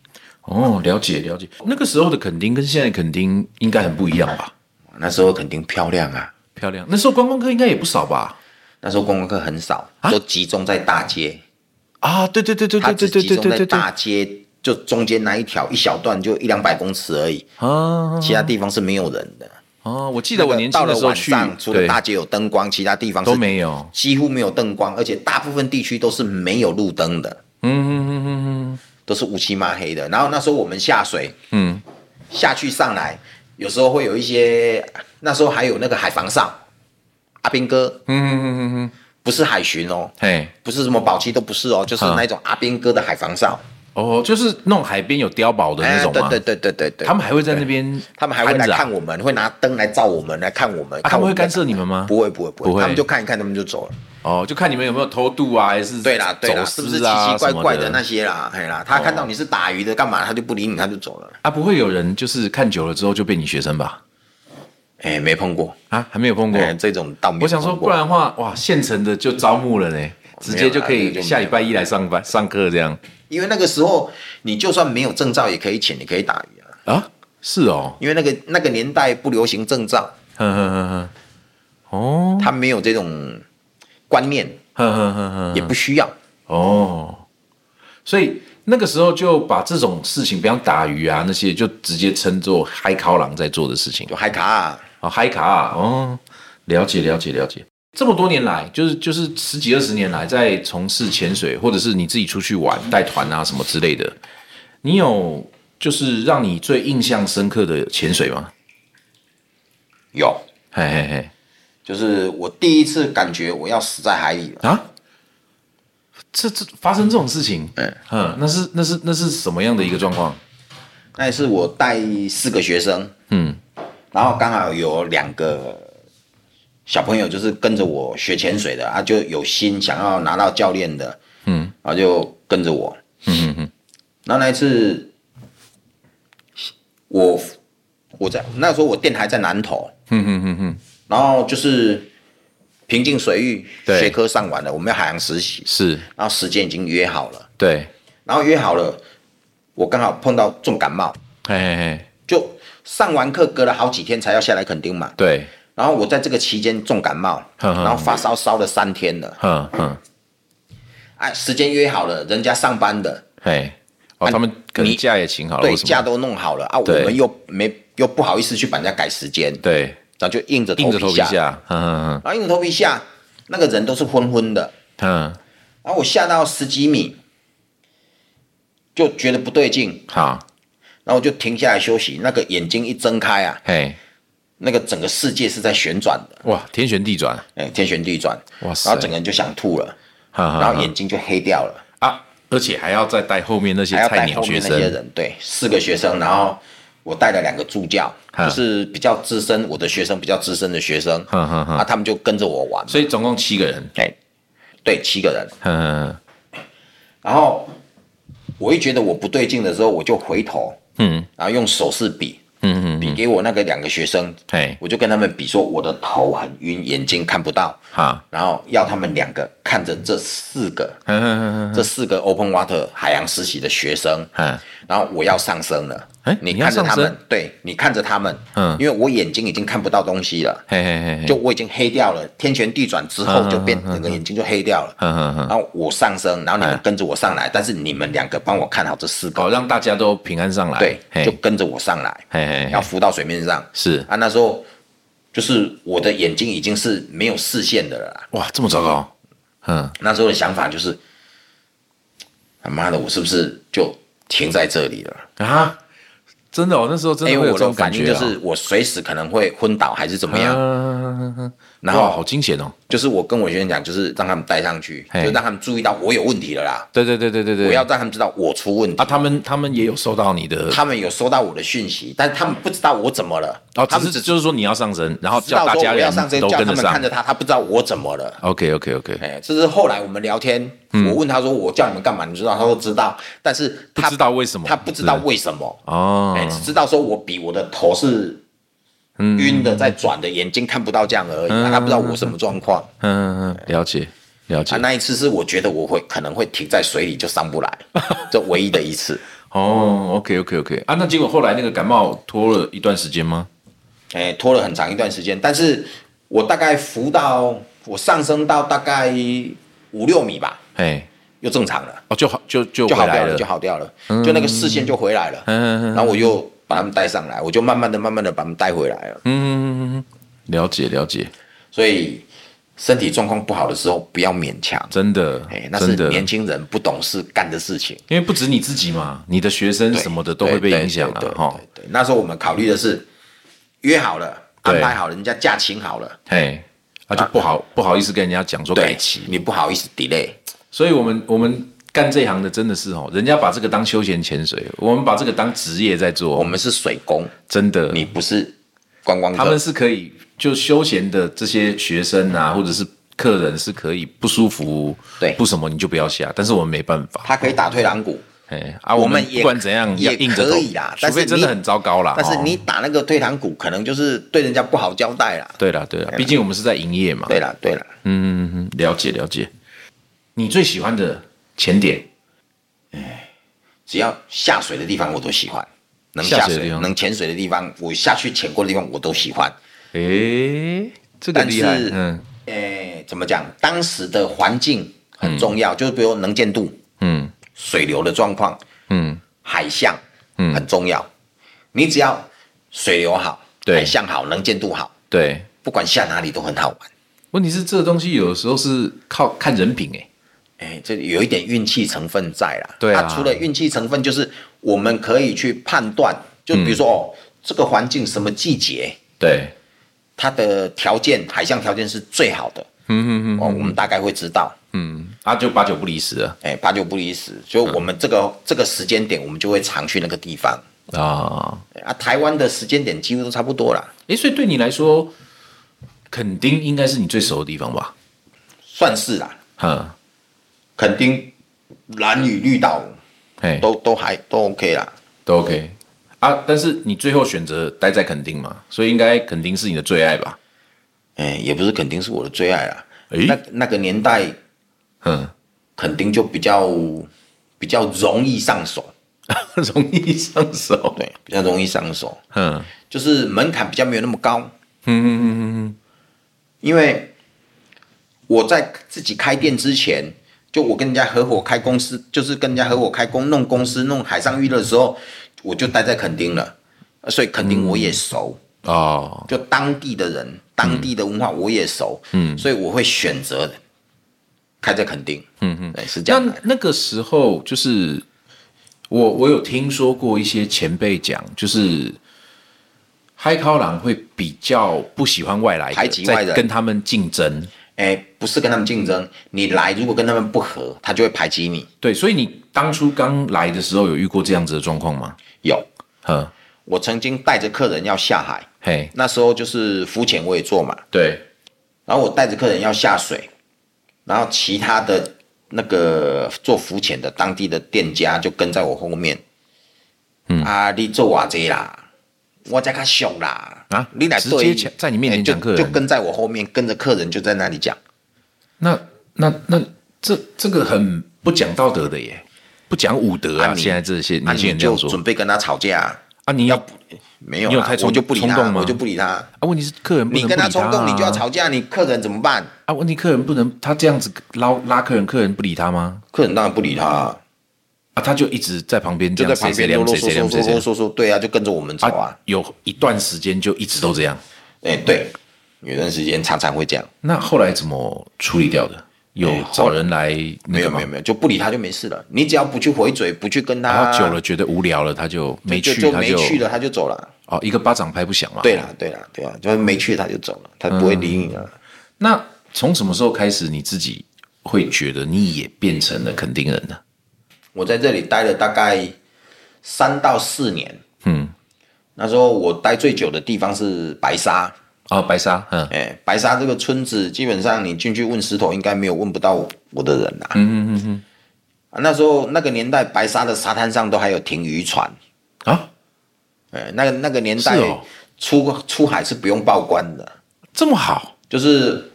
Speaker 1: 哦，了解了解。那个时候的垦丁跟现在的垦丁应该很不一样吧？
Speaker 2: 那时候肯定漂亮啊，
Speaker 1: 漂亮，那时候观光客应该也不少吧？
Speaker 2: 那时候观光客很少，都集中在大街，
Speaker 1: 啊，对对对啊对
Speaker 2: 它
Speaker 1: 对
Speaker 2: 只
Speaker 1: 对对
Speaker 2: 集
Speaker 1: 对
Speaker 2: 中
Speaker 1: 对
Speaker 2: 在
Speaker 1: 对对
Speaker 2: 大街，就中间那一条一小段，就一两百公尺而已。
Speaker 1: 啊
Speaker 2: 其他地方是没有人的。
Speaker 1: 哦，我记
Speaker 2: 记
Speaker 1: 得我年轻的时候去，
Speaker 2: 除了
Speaker 1: 对
Speaker 2: 大街有灯光，其他地方是
Speaker 1: 都没有。
Speaker 2: 几乎没有灯光，而且大部分地区都是没有路灯的，
Speaker 1: 嗯嗯嗯嗯
Speaker 2: 都是乌漆嘛黑的。然后那时候我们下水，
Speaker 1: 嗯，
Speaker 2: 下去上来，有时候会有一些，那时候还有那个海防哨，阿兵哥
Speaker 1: 嗯嗯嗯嗯嗯，
Speaker 2: 不是海巡哦，
Speaker 1: 嘿，
Speaker 2: 不是什么保期都不是哦，就是
Speaker 1: 啊
Speaker 2: 那种阿兵哥的海防哨，
Speaker 1: 哦，就是那种海边有碉堡的那种
Speaker 2: 对
Speaker 1: 嘛，
Speaker 2: 哎对对对对对，
Speaker 1: 他们还会在那边，啊
Speaker 2: 他们还会来看
Speaker 1: 我，
Speaker 2: 我们，会拿灯来照我们，来看我们。
Speaker 1: 啊
Speaker 2: 看我
Speaker 1: 他们会
Speaker 2: 们在
Speaker 1: 干涉
Speaker 2: 干
Speaker 1: 你
Speaker 2: 嘛
Speaker 1: 们吗
Speaker 2: 不会，不会，
Speaker 1: 不
Speaker 2: 不
Speaker 1: 会
Speaker 2: 会。他们就看一看，他们就走了。
Speaker 1: 哦，就看你们有没有偷渡啊，还是
Speaker 2: 对啦，对啦，
Speaker 1: 走
Speaker 2: 是不是
Speaker 1: 私
Speaker 2: 奇
Speaker 1: 啊
Speaker 2: 奇怪怪的
Speaker 1: 什么哦
Speaker 2: 那些啦？嘿啦，他看到你是打鱼的，干嘛他就不理你，他就走了。
Speaker 1: 啊，不会有人就是看久了之后就变你学生吧？
Speaker 2: 哎，没碰过，
Speaker 1: 啊，还没有碰过。
Speaker 2: 哎，这种倒没有
Speaker 1: 我想说，
Speaker 2: 碰过
Speaker 1: 不然的话，哇，现成的就招募了呢，直接就可
Speaker 2: 没有啦那
Speaker 1: 以
Speaker 2: 个就
Speaker 1: 下礼拜一来上班上课这样
Speaker 2: 因为那个时候你就算没有证照也可以潜，也可以打鱼啊。
Speaker 1: 啊？是哦，
Speaker 2: 因为那个那个年代不流行证照，
Speaker 1: 哼哼哼哼，哦，
Speaker 2: 他没有这种观念，
Speaker 1: 哼哼哼哼，
Speaker 2: 也不需要。
Speaker 1: 哦，所以那个时候就把这种事情，比方打鱼啊那些，就直接称作嗨考郎在做的事情
Speaker 2: 就海卡、啊，
Speaker 1: 啊，嗨卡啊，哦，了解了解了解。这么多年来，就是就是十几二十年来，在从事潜水，或者是你自己出去玩带团啊什么之类的，你有就是让你最印象深刻的潜水吗？
Speaker 2: 有，
Speaker 1: 嘿嘿嘿
Speaker 2: 就是我第一次感觉我要死在海里了。
Speaker 1: 啊！这这发生这种事情，
Speaker 2: 嗯
Speaker 1: 嗯，那是那是那是什么样的一个状况？
Speaker 2: 那一次我带四个学生，
Speaker 1: 嗯，
Speaker 2: 然后刚好有两个小朋友就是跟着我学潜水的啊，就有心想要拿到教练的，嗯，然后就跟着我，嗯嗯嗯。然后那一次，我我在那时候我店还在南头，嗯嗯嗯嗯，然后就是平静水域
Speaker 1: 对
Speaker 2: 学科上完了，我们要海洋实习，
Speaker 1: 是
Speaker 2: 然后时间已经约好了，
Speaker 1: 对，
Speaker 2: 然后约好了，我刚好碰到重感冒，
Speaker 1: 嘿嘿嘿，
Speaker 2: 就上完课隔了好几天才要下来垦丁嘛。
Speaker 1: 对，
Speaker 2: 然后我在这个期间重感冒，
Speaker 1: 哼哼
Speaker 2: 然后发烧烧了三天了。
Speaker 1: 哼哼，
Speaker 2: 哎，时间约好了，人家上班的，
Speaker 1: 嘿，哦，
Speaker 2: 啊
Speaker 1: 他们可能
Speaker 2: 你
Speaker 1: 假也请好了，
Speaker 2: 对，
Speaker 1: 或什么
Speaker 2: 假都弄好了啊，我
Speaker 1: 对
Speaker 2: 们又没又不好意思去把人家改时间，
Speaker 1: 对，
Speaker 2: 然后就硬着
Speaker 1: 硬着
Speaker 2: 头
Speaker 1: 头皮
Speaker 2: 下，
Speaker 1: 下，哼哼
Speaker 2: 然后硬着头皮下，那个人都是昏昏的，
Speaker 1: 哼，哼，
Speaker 2: 然后我下到十几米，就觉得不对劲，
Speaker 1: 好，
Speaker 2: 然后我就停下来休息，那个眼睛一睁开啊，
Speaker 1: 嘿，
Speaker 2: 那个整个世界是在旋转的，
Speaker 1: 哇，天旋地转，
Speaker 2: 哎，天旋地转，
Speaker 1: 哇塞啊
Speaker 2: 然后整个人就想吐了，
Speaker 1: 哈哈，
Speaker 2: 然后
Speaker 1: 哈
Speaker 2: 眼睛就黑掉了。
Speaker 1: 啊，而且还要再带后面那些
Speaker 2: 还要
Speaker 1: 菜
Speaker 2: 带
Speaker 1: 鸟
Speaker 2: 后
Speaker 1: 学
Speaker 2: 面那些
Speaker 1: 生，
Speaker 2: 人，对，四个学生，然后我带了两个助教，
Speaker 1: 哈
Speaker 2: 就是比较资深，我的学生比较资深的学生，
Speaker 1: 哼哼哼
Speaker 2: 啊，他们就跟着我玩，
Speaker 1: 所以总共七个人，
Speaker 2: 哎，对，七个人，
Speaker 1: 哼哼，
Speaker 2: 然后我一觉得我不对劲的时候，我就回头，
Speaker 1: 嗯
Speaker 2: 然后用手势比，
Speaker 1: 嗯嗯嗯，
Speaker 2: 比给我那个两个学生，
Speaker 1: 嘿，
Speaker 2: 我就跟他们比说我的头很晕，眼睛看不到，
Speaker 1: 好，
Speaker 2: 然后要他们两个看着这四个。
Speaker 1: 哼哼哼哼
Speaker 2: 这四个 Open Water 海洋实习的学生，
Speaker 1: 嗯
Speaker 2: 然后我要上升了，
Speaker 1: 哎
Speaker 2: 你
Speaker 1: 你要
Speaker 2: 看着
Speaker 1: 上
Speaker 2: 他
Speaker 1: 升
Speaker 2: 们，对你看着他们，
Speaker 1: 嗯
Speaker 2: 因为我眼睛已经看不到东西了，
Speaker 1: 嘿嘿嘿嘿，
Speaker 2: 就我已经黑掉了，天旋地转之
Speaker 1: 嗯
Speaker 2: 后就变整个眼睛就黑掉了，
Speaker 1: 哼哼哼，
Speaker 2: 然后我上升，然后你们
Speaker 1: 嗯
Speaker 2: 跟着我上来，但是你们两个帮我看好这四
Speaker 1: 哦，
Speaker 2: 个，
Speaker 1: 让大家都平安上来，
Speaker 2: 对，
Speaker 1: 哎嘿
Speaker 2: 就跟着我上来，
Speaker 1: 嘿嘿嘿
Speaker 2: 要浮到水面上，
Speaker 1: 是，
Speaker 2: 啊，那时候就是我的眼睛已经是没有视线的了啦，
Speaker 1: 哇，这么糟糕，嗯，
Speaker 2: 那时候的想法就是，他妈的，我是不是就停在这里了？
Speaker 1: 啊，真的哦，那时候真的
Speaker 2: 因
Speaker 1: 会
Speaker 2: 为
Speaker 1: 有
Speaker 2: 我
Speaker 1: 这
Speaker 2: 的
Speaker 1: 种感
Speaker 2: 反应
Speaker 1: 觉哦，
Speaker 2: 就是我随时可能会昏倒还是怎么样，
Speaker 1: 啊、
Speaker 2: 然
Speaker 1: 哇，
Speaker 2: 后
Speaker 1: 好惊险哦！
Speaker 2: 就是我跟我学生讲，就是让他们带上去，
Speaker 1: 嘿
Speaker 2: 就让他们注意到我有问题了啦，
Speaker 1: 对对对对对对，
Speaker 2: 我要让他们知道我出问题。
Speaker 1: 啊，他们他们也有收到你的，
Speaker 2: 他们有收到我的讯息，但他们不知道我怎么了，
Speaker 1: 哦，
Speaker 2: 他们
Speaker 1: 只是就是说你要上升，然后
Speaker 2: 知
Speaker 1: 叫
Speaker 2: 道
Speaker 1: 大
Speaker 2: 说
Speaker 1: 家
Speaker 2: 我要上
Speaker 1: 人
Speaker 2: 车，
Speaker 1: 都
Speaker 2: 叫
Speaker 1: 跟
Speaker 2: 他
Speaker 1: 着
Speaker 2: 们看
Speaker 1: 上
Speaker 2: 着。他，他不知道我怎么了。
Speaker 1: OK OK OK，
Speaker 2: 哎，这是后来我们聊天，我问他说我叫你们干嘛，你知道，他说知道，但是
Speaker 1: 嗯不
Speaker 2: 他
Speaker 1: 知道为什么
Speaker 2: 他不知道为什么，
Speaker 1: 哦
Speaker 2: 哎，，只知道说我比我的头是
Speaker 1: 嗯
Speaker 2: 晕的，在转的，眼睛看不到这样而已，啊他不知道我什么 状况。
Speaker 1: 嗯，了解了解
Speaker 2: 啊，，那一次是我觉得我会可能会停在水里就上不 来，这唯一的一次。
Speaker 1: 哦，OK OK OK，啊，那结果后来那个感冒拖了一段时间吗？
Speaker 2: 哎，拖了很长一段时间，但是我大概浮到我上升到大概五六米吧，
Speaker 1: 哎，
Speaker 2: 又正常了，
Speaker 1: 哦，就好就就
Speaker 2: 就
Speaker 1: 回
Speaker 2: 好
Speaker 1: 来
Speaker 2: 掉了，就好掉了，就那个视线就回来了。
Speaker 1: 嗯
Speaker 2: 然后我又把他们带上来，我就慢慢的、慢慢的把他们带回来了。
Speaker 1: 嗯，了解了解，
Speaker 2: 所以身体状况不好的时候，不要勉强。
Speaker 1: 真的
Speaker 2: 哎，，那是
Speaker 1: 真的，
Speaker 2: 年轻人不懂事干的事情，
Speaker 1: 因为不止你自己嘛，你的学生
Speaker 2: 对
Speaker 1: 什么的都会被
Speaker 2: 对
Speaker 1: 影响啊
Speaker 2: 对，对
Speaker 1: 哈
Speaker 2: 对，对对那时候我们考虑的是约好了，
Speaker 1: 对
Speaker 2: 安排好了，人家假请好了，
Speaker 1: 嘿，啊，就不好不好意思跟人家讲说改
Speaker 2: 对
Speaker 1: 期，，
Speaker 2: 你不好意思 delay，
Speaker 1: 所以我们我们干这一行的真的是哦，人家把这个当休闲潜水，我们把这个当职业在做。
Speaker 2: 我们是水工，
Speaker 1: 真的，
Speaker 2: 你不是观光客，
Speaker 1: 嗯他们是可以就休闲的这些学生啊，或者是客人是可以不舒服，
Speaker 2: 对
Speaker 1: 不什么你就不要下，但是我们没办法。
Speaker 2: 他可以打退堂鼓，
Speaker 1: 哎啊，
Speaker 2: 我
Speaker 1: 我
Speaker 2: 们
Speaker 1: 们
Speaker 2: 也
Speaker 1: 不管怎样
Speaker 2: 也
Speaker 1: 要硬着头
Speaker 2: 可以啦
Speaker 1: 除
Speaker 2: 但
Speaker 1: 非
Speaker 2: 是
Speaker 1: 真的
Speaker 2: 你
Speaker 1: 很糟糕啦。
Speaker 2: 但是
Speaker 1: 哦
Speaker 2: 你打那个退堂鼓，可能就是对人家不好交代啦。
Speaker 1: 对了对了，毕竟我们是在营业嘛。
Speaker 2: 对啦，对啦，
Speaker 1: 嗯，嗯嗯，了解了解。你最喜欢的潜点？
Speaker 2: 只要下水的地方我都喜欢，能
Speaker 1: 下
Speaker 2: 下
Speaker 1: 水
Speaker 2: 水、
Speaker 1: 的地方
Speaker 2: 能潜水的地方，我下去潜过的地方我都喜欢。
Speaker 1: 诶，这个
Speaker 2: 但
Speaker 1: 厉害，
Speaker 2: 是
Speaker 1: 嗯
Speaker 2: 诶、哎怎么讲？当时的环境很重要，就是比如能见度、
Speaker 1: 嗯
Speaker 2: 水流的状况、
Speaker 1: 嗯，
Speaker 2: 海象，很重要。你只要水流好，
Speaker 1: 对
Speaker 2: 海象好，能见度好，
Speaker 1: 对。
Speaker 2: 不管下哪里都很好玩。
Speaker 1: 问题是这个东西有时候是靠看人品欸诶，
Speaker 2: 哎，这里有一点运气成分在啦。
Speaker 1: 对啊
Speaker 2: 除了运气成分，就是我们可以去判断，就比如说、哦，这个环境什么季节，
Speaker 1: 对，
Speaker 2: 它的条件海象条件是最好的。嗯嗯嗯。哦，我们大概会知道，
Speaker 1: 嗯，啊就八九不离十了
Speaker 2: 哎，八九不离十，所以我们这个、
Speaker 1: 嗯
Speaker 2: 这个时间点，我们就会常去那个地方。
Speaker 1: 啊。
Speaker 2: 哎啊，台湾的时间点几乎都差不多啦，
Speaker 1: 诶，所以对你来说，垦丁应该是你最熟的地方吧？
Speaker 2: 算是啦。
Speaker 1: 嗯，
Speaker 2: 垦丁、蓝屿、绿岛
Speaker 1: 哎，
Speaker 2: 都都还都 OK 啦。
Speaker 1: 都 OK 啊。但是你最后选择待在垦丁嘛，所以应该垦丁是你的最爱吧？
Speaker 2: 哎，也不是垦丁是我的最爱啦。
Speaker 1: 哎
Speaker 2: 那那个年代
Speaker 1: 嗯，
Speaker 2: 肯定就比较比较容易上手，
Speaker 1: 容易上手。欸
Speaker 2: 对，比较容易上手，
Speaker 1: 嗯
Speaker 2: 就是门槛比较没有那么高，
Speaker 1: 嗯嗯嗯
Speaker 2: 因为我在自己开店之前，就我跟人家合伙开公司，就是跟人家合伙开工弄公司弄海上娱乐的时候，我就待在垦丁了，呃所以垦丁我也熟，
Speaker 1: 嗯，哦，
Speaker 2: 就当地的人、当地的文化我也熟，嗯，所以我会选择开在垦丁，嗯嗯，对，是这
Speaker 1: 那
Speaker 2: 样来的。
Speaker 1: 那个时候就是我我有听说过一些前辈讲，就是嗨靠郎会比较不喜欢外来的
Speaker 2: 排挤外人
Speaker 1: 在跟他们竞争。
Speaker 2: 哎，不是跟他们竞争，你来如果跟他们不合，他就会排挤你。
Speaker 1: 对，所以你当初刚来的时候有遇过这样子的状况吗？
Speaker 2: 有，
Speaker 1: 呵，
Speaker 2: 我曾经带着客人要下海，
Speaker 1: 嘿，
Speaker 2: 那时候就是浮潜我也做嘛，
Speaker 1: 对，
Speaker 2: 然后我带着客人要下水，然后其他的那个做浮潜的当地的店家就跟在我后面，嗯啊，你做偌济啦，我这较俗啦
Speaker 1: 啊
Speaker 2: 你来
Speaker 1: 直
Speaker 2: 对
Speaker 1: 接在你面前
Speaker 2: 哎就
Speaker 1: 讲客人
Speaker 2: 就跟在我后面，跟着客人就在那里讲，
Speaker 1: 那那那这这个很不讲道德的耶，不讲武德啊！
Speaker 2: 啊你
Speaker 1: 现在这些
Speaker 2: 那
Speaker 1: 年轻
Speaker 2: 你
Speaker 1: 人这
Speaker 2: 就
Speaker 1: 样说
Speaker 2: 准备跟他吵架啊，
Speaker 1: 啊，你要
Speaker 2: 没有
Speaker 1: 你有
Speaker 2: 啦
Speaker 1: 太，冲
Speaker 2: 我就不理
Speaker 1: 冲
Speaker 2: 他
Speaker 1: 动，吗
Speaker 2: 我就不理他。
Speaker 1: 啊，问题是客人不能
Speaker 2: 你跟
Speaker 1: 不
Speaker 2: 他
Speaker 1: 理
Speaker 2: 冲动，
Speaker 1: 啊
Speaker 2: 你就要吵架，你客人怎么办？
Speaker 1: 啊！问题客人不能他这样子捞拉客人，客人不理他吗？
Speaker 2: 客人当然不理他啊，
Speaker 1: 啊，他就一直在旁边这
Speaker 2: 就
Speaker 1: 样
Speaker 2: 在旁边
Speaker 1: 谁谁
Speaker 2: 啰
Speaker 1: 谁谁
Speaker 2: 啰嗦
Speaker 1: 谁谁
Speaker 2: 嗦嗦
Speaker 1: 谁
Speaker 2: 嗦嗦嗦，对啊，就跟着我们走啊
Speaker 1: 啊。，有一段时间就一直都这样。
Speaker 2: 哎，对，有段时间常常会这样，
Speaker 1: 那后来怎么处理掉的？有
Speaker 2: 哎
Speaker 1: 找
Speaker 2: 后来
Speaker 1: 人来那
Speaker 2: 没
Speaker 1: 个
Speaker 2: 有
Speaker 1: 吗
Speaker 2: 没有没有，就不理他就没事了。你只要不去回嘴，不去跟
Speaker 1: 然
Speaker 2: 他
Speaker 1: 后久了觉得无聊了，他就没
Speaker 2: 就
Speaker 1: 去，
Speaker 2: 就
Speaker 1: 他
Speaker 2: 没
Speaker 1: 就
Speaker 2: 去了，他就走了。
Speaker 1: 哦，一个巴掌拍不响嘛。
Speaker 2: 对啦对啦对啦，啊就是没去他就走了，他不会理你啊
Speaker 1: 嗯
Speaker 2: 了。
Speaker 1: 那从什么时候开始你自己会觉得你也变成了垦丁人呢？
Speaker 2: 我在这里待了大概三到四年，
Speaker 1: 嗯，
Speaker 2: 那时候我待最久的地方是白沙，
Speaker 1: 哦，白沙，嗯
Speaker 2: 哎、白沙这个村子，基本上你进去问石头，应该没有问不到我的人啦、啊。嗯嗯嗯啊，那时候那个年代，白沙的沙滩上都还有停渔船，
Speaker 1: 啊，
Speaker 2: 哎、那个那个年代、
Speaker 1: 是哦
Speaker 2: 出出海是不用报关的，
Speaker 1: 这么好，
Speaker 2: 就是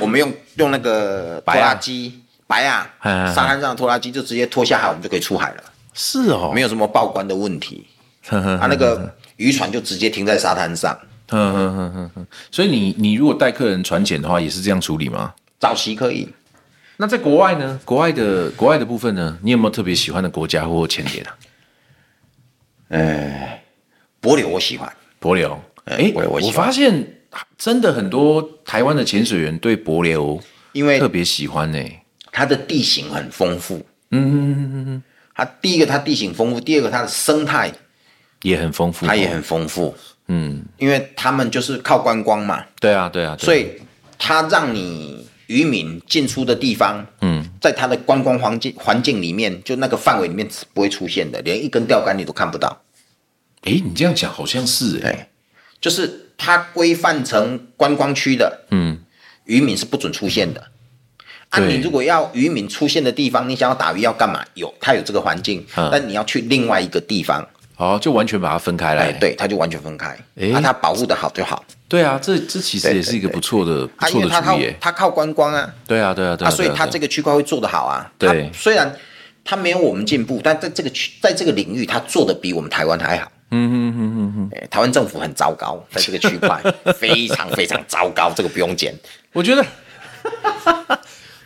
Speaker 2: 我们用用那个拖
Speaker 1: 白啊
Speaker 2: 拉机白啊，
Speaker 1: 嗯嗯嗯
Speaker 2: 沙滩上的拖拉机就直接拖下海，我们就可以出海了，
Speaker 1: 是哦，
Speaker 2: 没
Speaker 1: 有，
Speaker 2: 有什么报关的 问题。啊，那个渔船就直接停在沙滩上，
Speaker 1: 嗯嗯嗯嗯嗯，所以你你如果带客人传钱的话，也是这样处理吗？
Speaker 2: 早期可以。
Speaker 1: 那在国外呢？国外的国外的部分呢？你有没有特别喜欢的国家或潜点啊？哎
Speaker 2: 柏柳我喜欢，
Speaker 1: 柏流，
Speaker 2: 哎
Speaker 1: 诶
Speaker 2: 柏流我喜欢
Speaker 1: 发现真的很多台湾的潜水员对柏流
Speaker 2: 因为
Speaker 1: 特别喜欢呢、
Speaker 2: 它的地形很丰富。嗯嗯嗯嗯它第一个它地形丰富，第二个它的生态
Speaker 1: 也很丰富，
Speaker 2: 它也很丰富。嗯，因为他们就是靠观光嘛，
Speaker 1: 对啊对啊，对啊
Speaker 2: 所以它让你渔民进出的地方，嗯，在它的观光环境环境里面，就那个范围里面是不会出现的，连一根钓竿你都看不到。
Speaker 1: 哎，你这样讲好像是哎、
Speaker 2: 对，就是它规范成观光区的，嗯，渔民是不准出现的。啊，
Speaker 1: 对
Speaker 2: 你如果要渔民出现的地方，你想要打鱼要干嘛？有，它有这个环境，
Speaker 1: 嗯
Speaker 2: 但你要去另外一个地方，哎
Speaker 1: 哦，就完全把它分开来。
Speaker 2: 哎，对，它就完全分开。
Speaker 1: 哎
Speaker 2: 啊，它保护的好就好。
Speaker 1: 对啊，这这其实也是一个不错的不
Speaker 2: 啊，因
Speaker 1: 错
Speaker 2: 为
Speaker 1: 的
Speaker 2: 它
Speaker 1: 主
Speaker 2: 靠
Speaker 1: 意耶。
Speaker 2: 它靠观光啊，
Speaker 1: 对啊，对啊，对
Speaker 2: 啊，
Speaker 1: 啊，
Speaker 2: 所以
Speaker 1: 对啊
Speaker 2: 它
Speaker 1: 对啊
Speaker 2: 这个区块会做得好啊。
Speaker 1: 对
Speaker 2: 它虽然它没有我们进步，但在这个区在这个领域，它做的比我们台湾还好。嗯嗯嗯嗯嗯，台湾政府很糟糕，在这个 区块非常非常糟糕，这个不用剪。
Speaker 1: 我觉得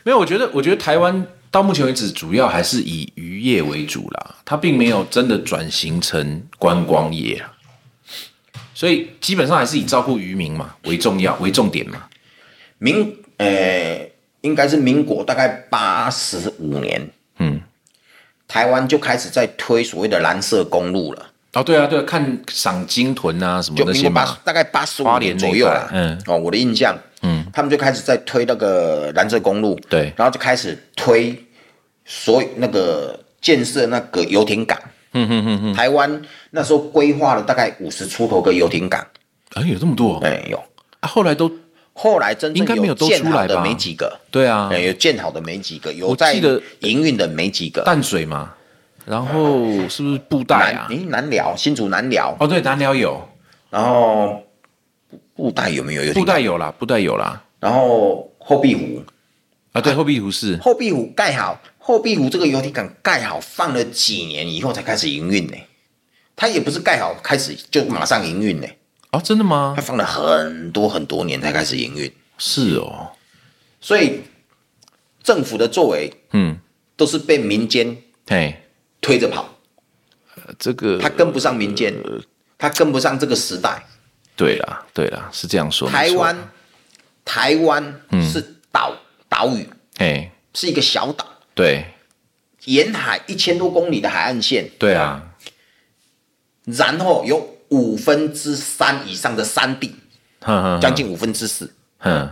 Speaker 1: 没有，我觉得我觉得台湾到目前为止主要还是以渔业为主啦，它并没有真的转型成观光业啊，所以基本上还是以照顾渔民嘛为重要为重点嘛。
Speaker 2: 民呃，应该是民国大概八十五年，
Speaker 1: 嗯，
Speaker 2: 台湾就开始在推所谓的蓝色公路了。
Speaker 1: 哦，对啊，对啊，看赏金豚啊什么
Speaker 2: 就
Speaker 1: 那
Speaker 2: 民
Speaker 1: 些
Speaker 2: 国八
Speaker 1: 嘛，
Speaker 2: 大概八十
Speaker 1: 花
Speaker 2: 五
Speaker 1: 莲
Speaker 2: 年
Speaker 1: 那一
Speaker 2: 左右
Speaker 1: 带
Speaker 2: 啦。
Speaker 1: 嗯
Speaker 2: 哦，我的印象，嗯，他们就开始在推那个蓝色公路，
Speaker 1: 对
Speaker 2: 然后就开始推所有那个建设那个游艇港。嗯哼哼哼，台湾那时候规划了大概五十出头个游艇港，
Speaker 1: 哎，有这么多、
Speaker 2: 哎、有。
Speaker 1: 啊，后来都
Speaker 2: 后来真
Speaker 1: 应该
Speaker 2: 正
Speaker 1: 没有都
Speaker 2: 建
Speaker 1: 出来
Speaker 2: 好的
Speaker 1: 吧
Speaker 2: 没几个，
Speaker 1: 对啊，
Speaker 2: 哎有建好的没几个，有
Speaker 1: 我
Speaker 2: 在
Speaker 1: 记得
Speaker 2: 营运的没几个。
Speaker 1: 淡水嘛，然后是不是布袋
Speaker 2: 南
Speaker 1: 啊？
Speaker 2: 诶南寮新竹南寮，
Speaker 1: 哦，对，南寮有，
Speaker 2: 然后布袋有没有游
Speaker 1: 布
Speaker 2: 艇港？
Speaker 1: 袋有啦，布袋有啦，
Speaker 2: 然后后壁湖，
Speaker 1: 啊，对，后壁湖是，
Speaker 2: 后壁湖盖好，后壁湖这个游艇港盖好，放了几年以后才开始营运呢。它也不是盖好开始就马上营运呢，
Speaker 1: 哦，真的吗
Speaker 2: 它？放了很多很多年才开始营运。
Speaker 1: 是哦，
Speaker 2: 所以政府的作为
Speaker 1: 嗯，
Speaker 2: 都是被民间
Speaker 1: 嘿，
Speaker 2: 推着跑，
Speaker 1: 呃这个
Speaker 2: 它跟不上民间，它跟不上这个时代。
Speaker 1: 对啦，对啦，是这样说，
Speaker 2: 台湾
Speaker 1: 没错，，嗯
Speaker 2: 台湾是岛岛屿，
Speaker 1: 嘿，
Speaker 2: 是一个小岛，
Speaker 1: 对，
Speaker 2: 沿海一千多公里的海岸线，
Speaker 1: 对啊，
Speaker 2: 然后有五分之三以上的山地，
Speaker 1: 哼哼，
Speaker 2: 将近五分之四。
Speaker 1: 哼，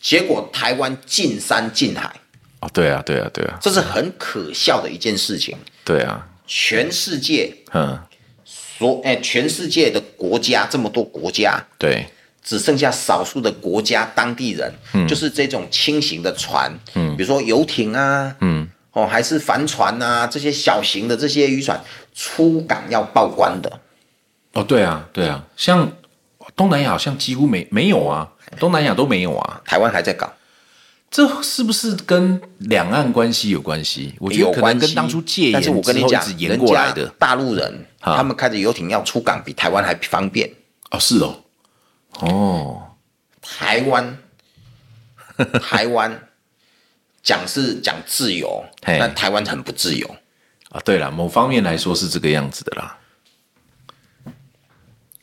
Speaker 2: 结果台湾禁山禁海，
Speaker 1: 哦，对啊，对啊，对啊，
Speaker 2: 这是很可笑的一件事情。
Speaker 1: 对啊，
Speaker 2: 全世界
Speaker 1: 哼，
Speaker 2: 所哎、全世界的国家这么多国家，
Speaker 1: 对，
Speaker 2: 只剩下少数的国家当地人，就是这种轻型的船，嗯，比如说游艇啊，嗯，哦，还是帆船啊，这些小型的这些渔船出港要报关的，
Speaker 1: 哦，对啊，对啊，像东南亚好像几乎没没有啊，东南亚都没有啊，
Speaker 2: 台湾还在搞。
Speaker 1: 这是不是跟两岸关系有关系？我觉
Speaker 2: 有
Speaker 1: 得可
Speaker 2: 关
Speaker 1: 能跟
Speaker 2: 系，
Speaker 1: 当初戒严
Speaker 2: 但是我跟你
Speaker 1: 之后
Speaker 2: 讲
Speaker 1: 一直，延
Speaker 2: 人
Speaker 1: 过来
Speaker 2: 家
Speaker 1: 的
Speaker 2: 大陆人
Speaker 1: 啊
Speaker 2: 他们开着游艇要出港，比台湾还方便。
Speaker 1: 哦，是哦，哦，
Speaker 2: 台 湾，台湾讲是讲自由，
Speaker 1: 嘿
Speaker 2: 但台湾很不自由。
Speaker 1: 啊，对了，某方面来说是这个样子的啦，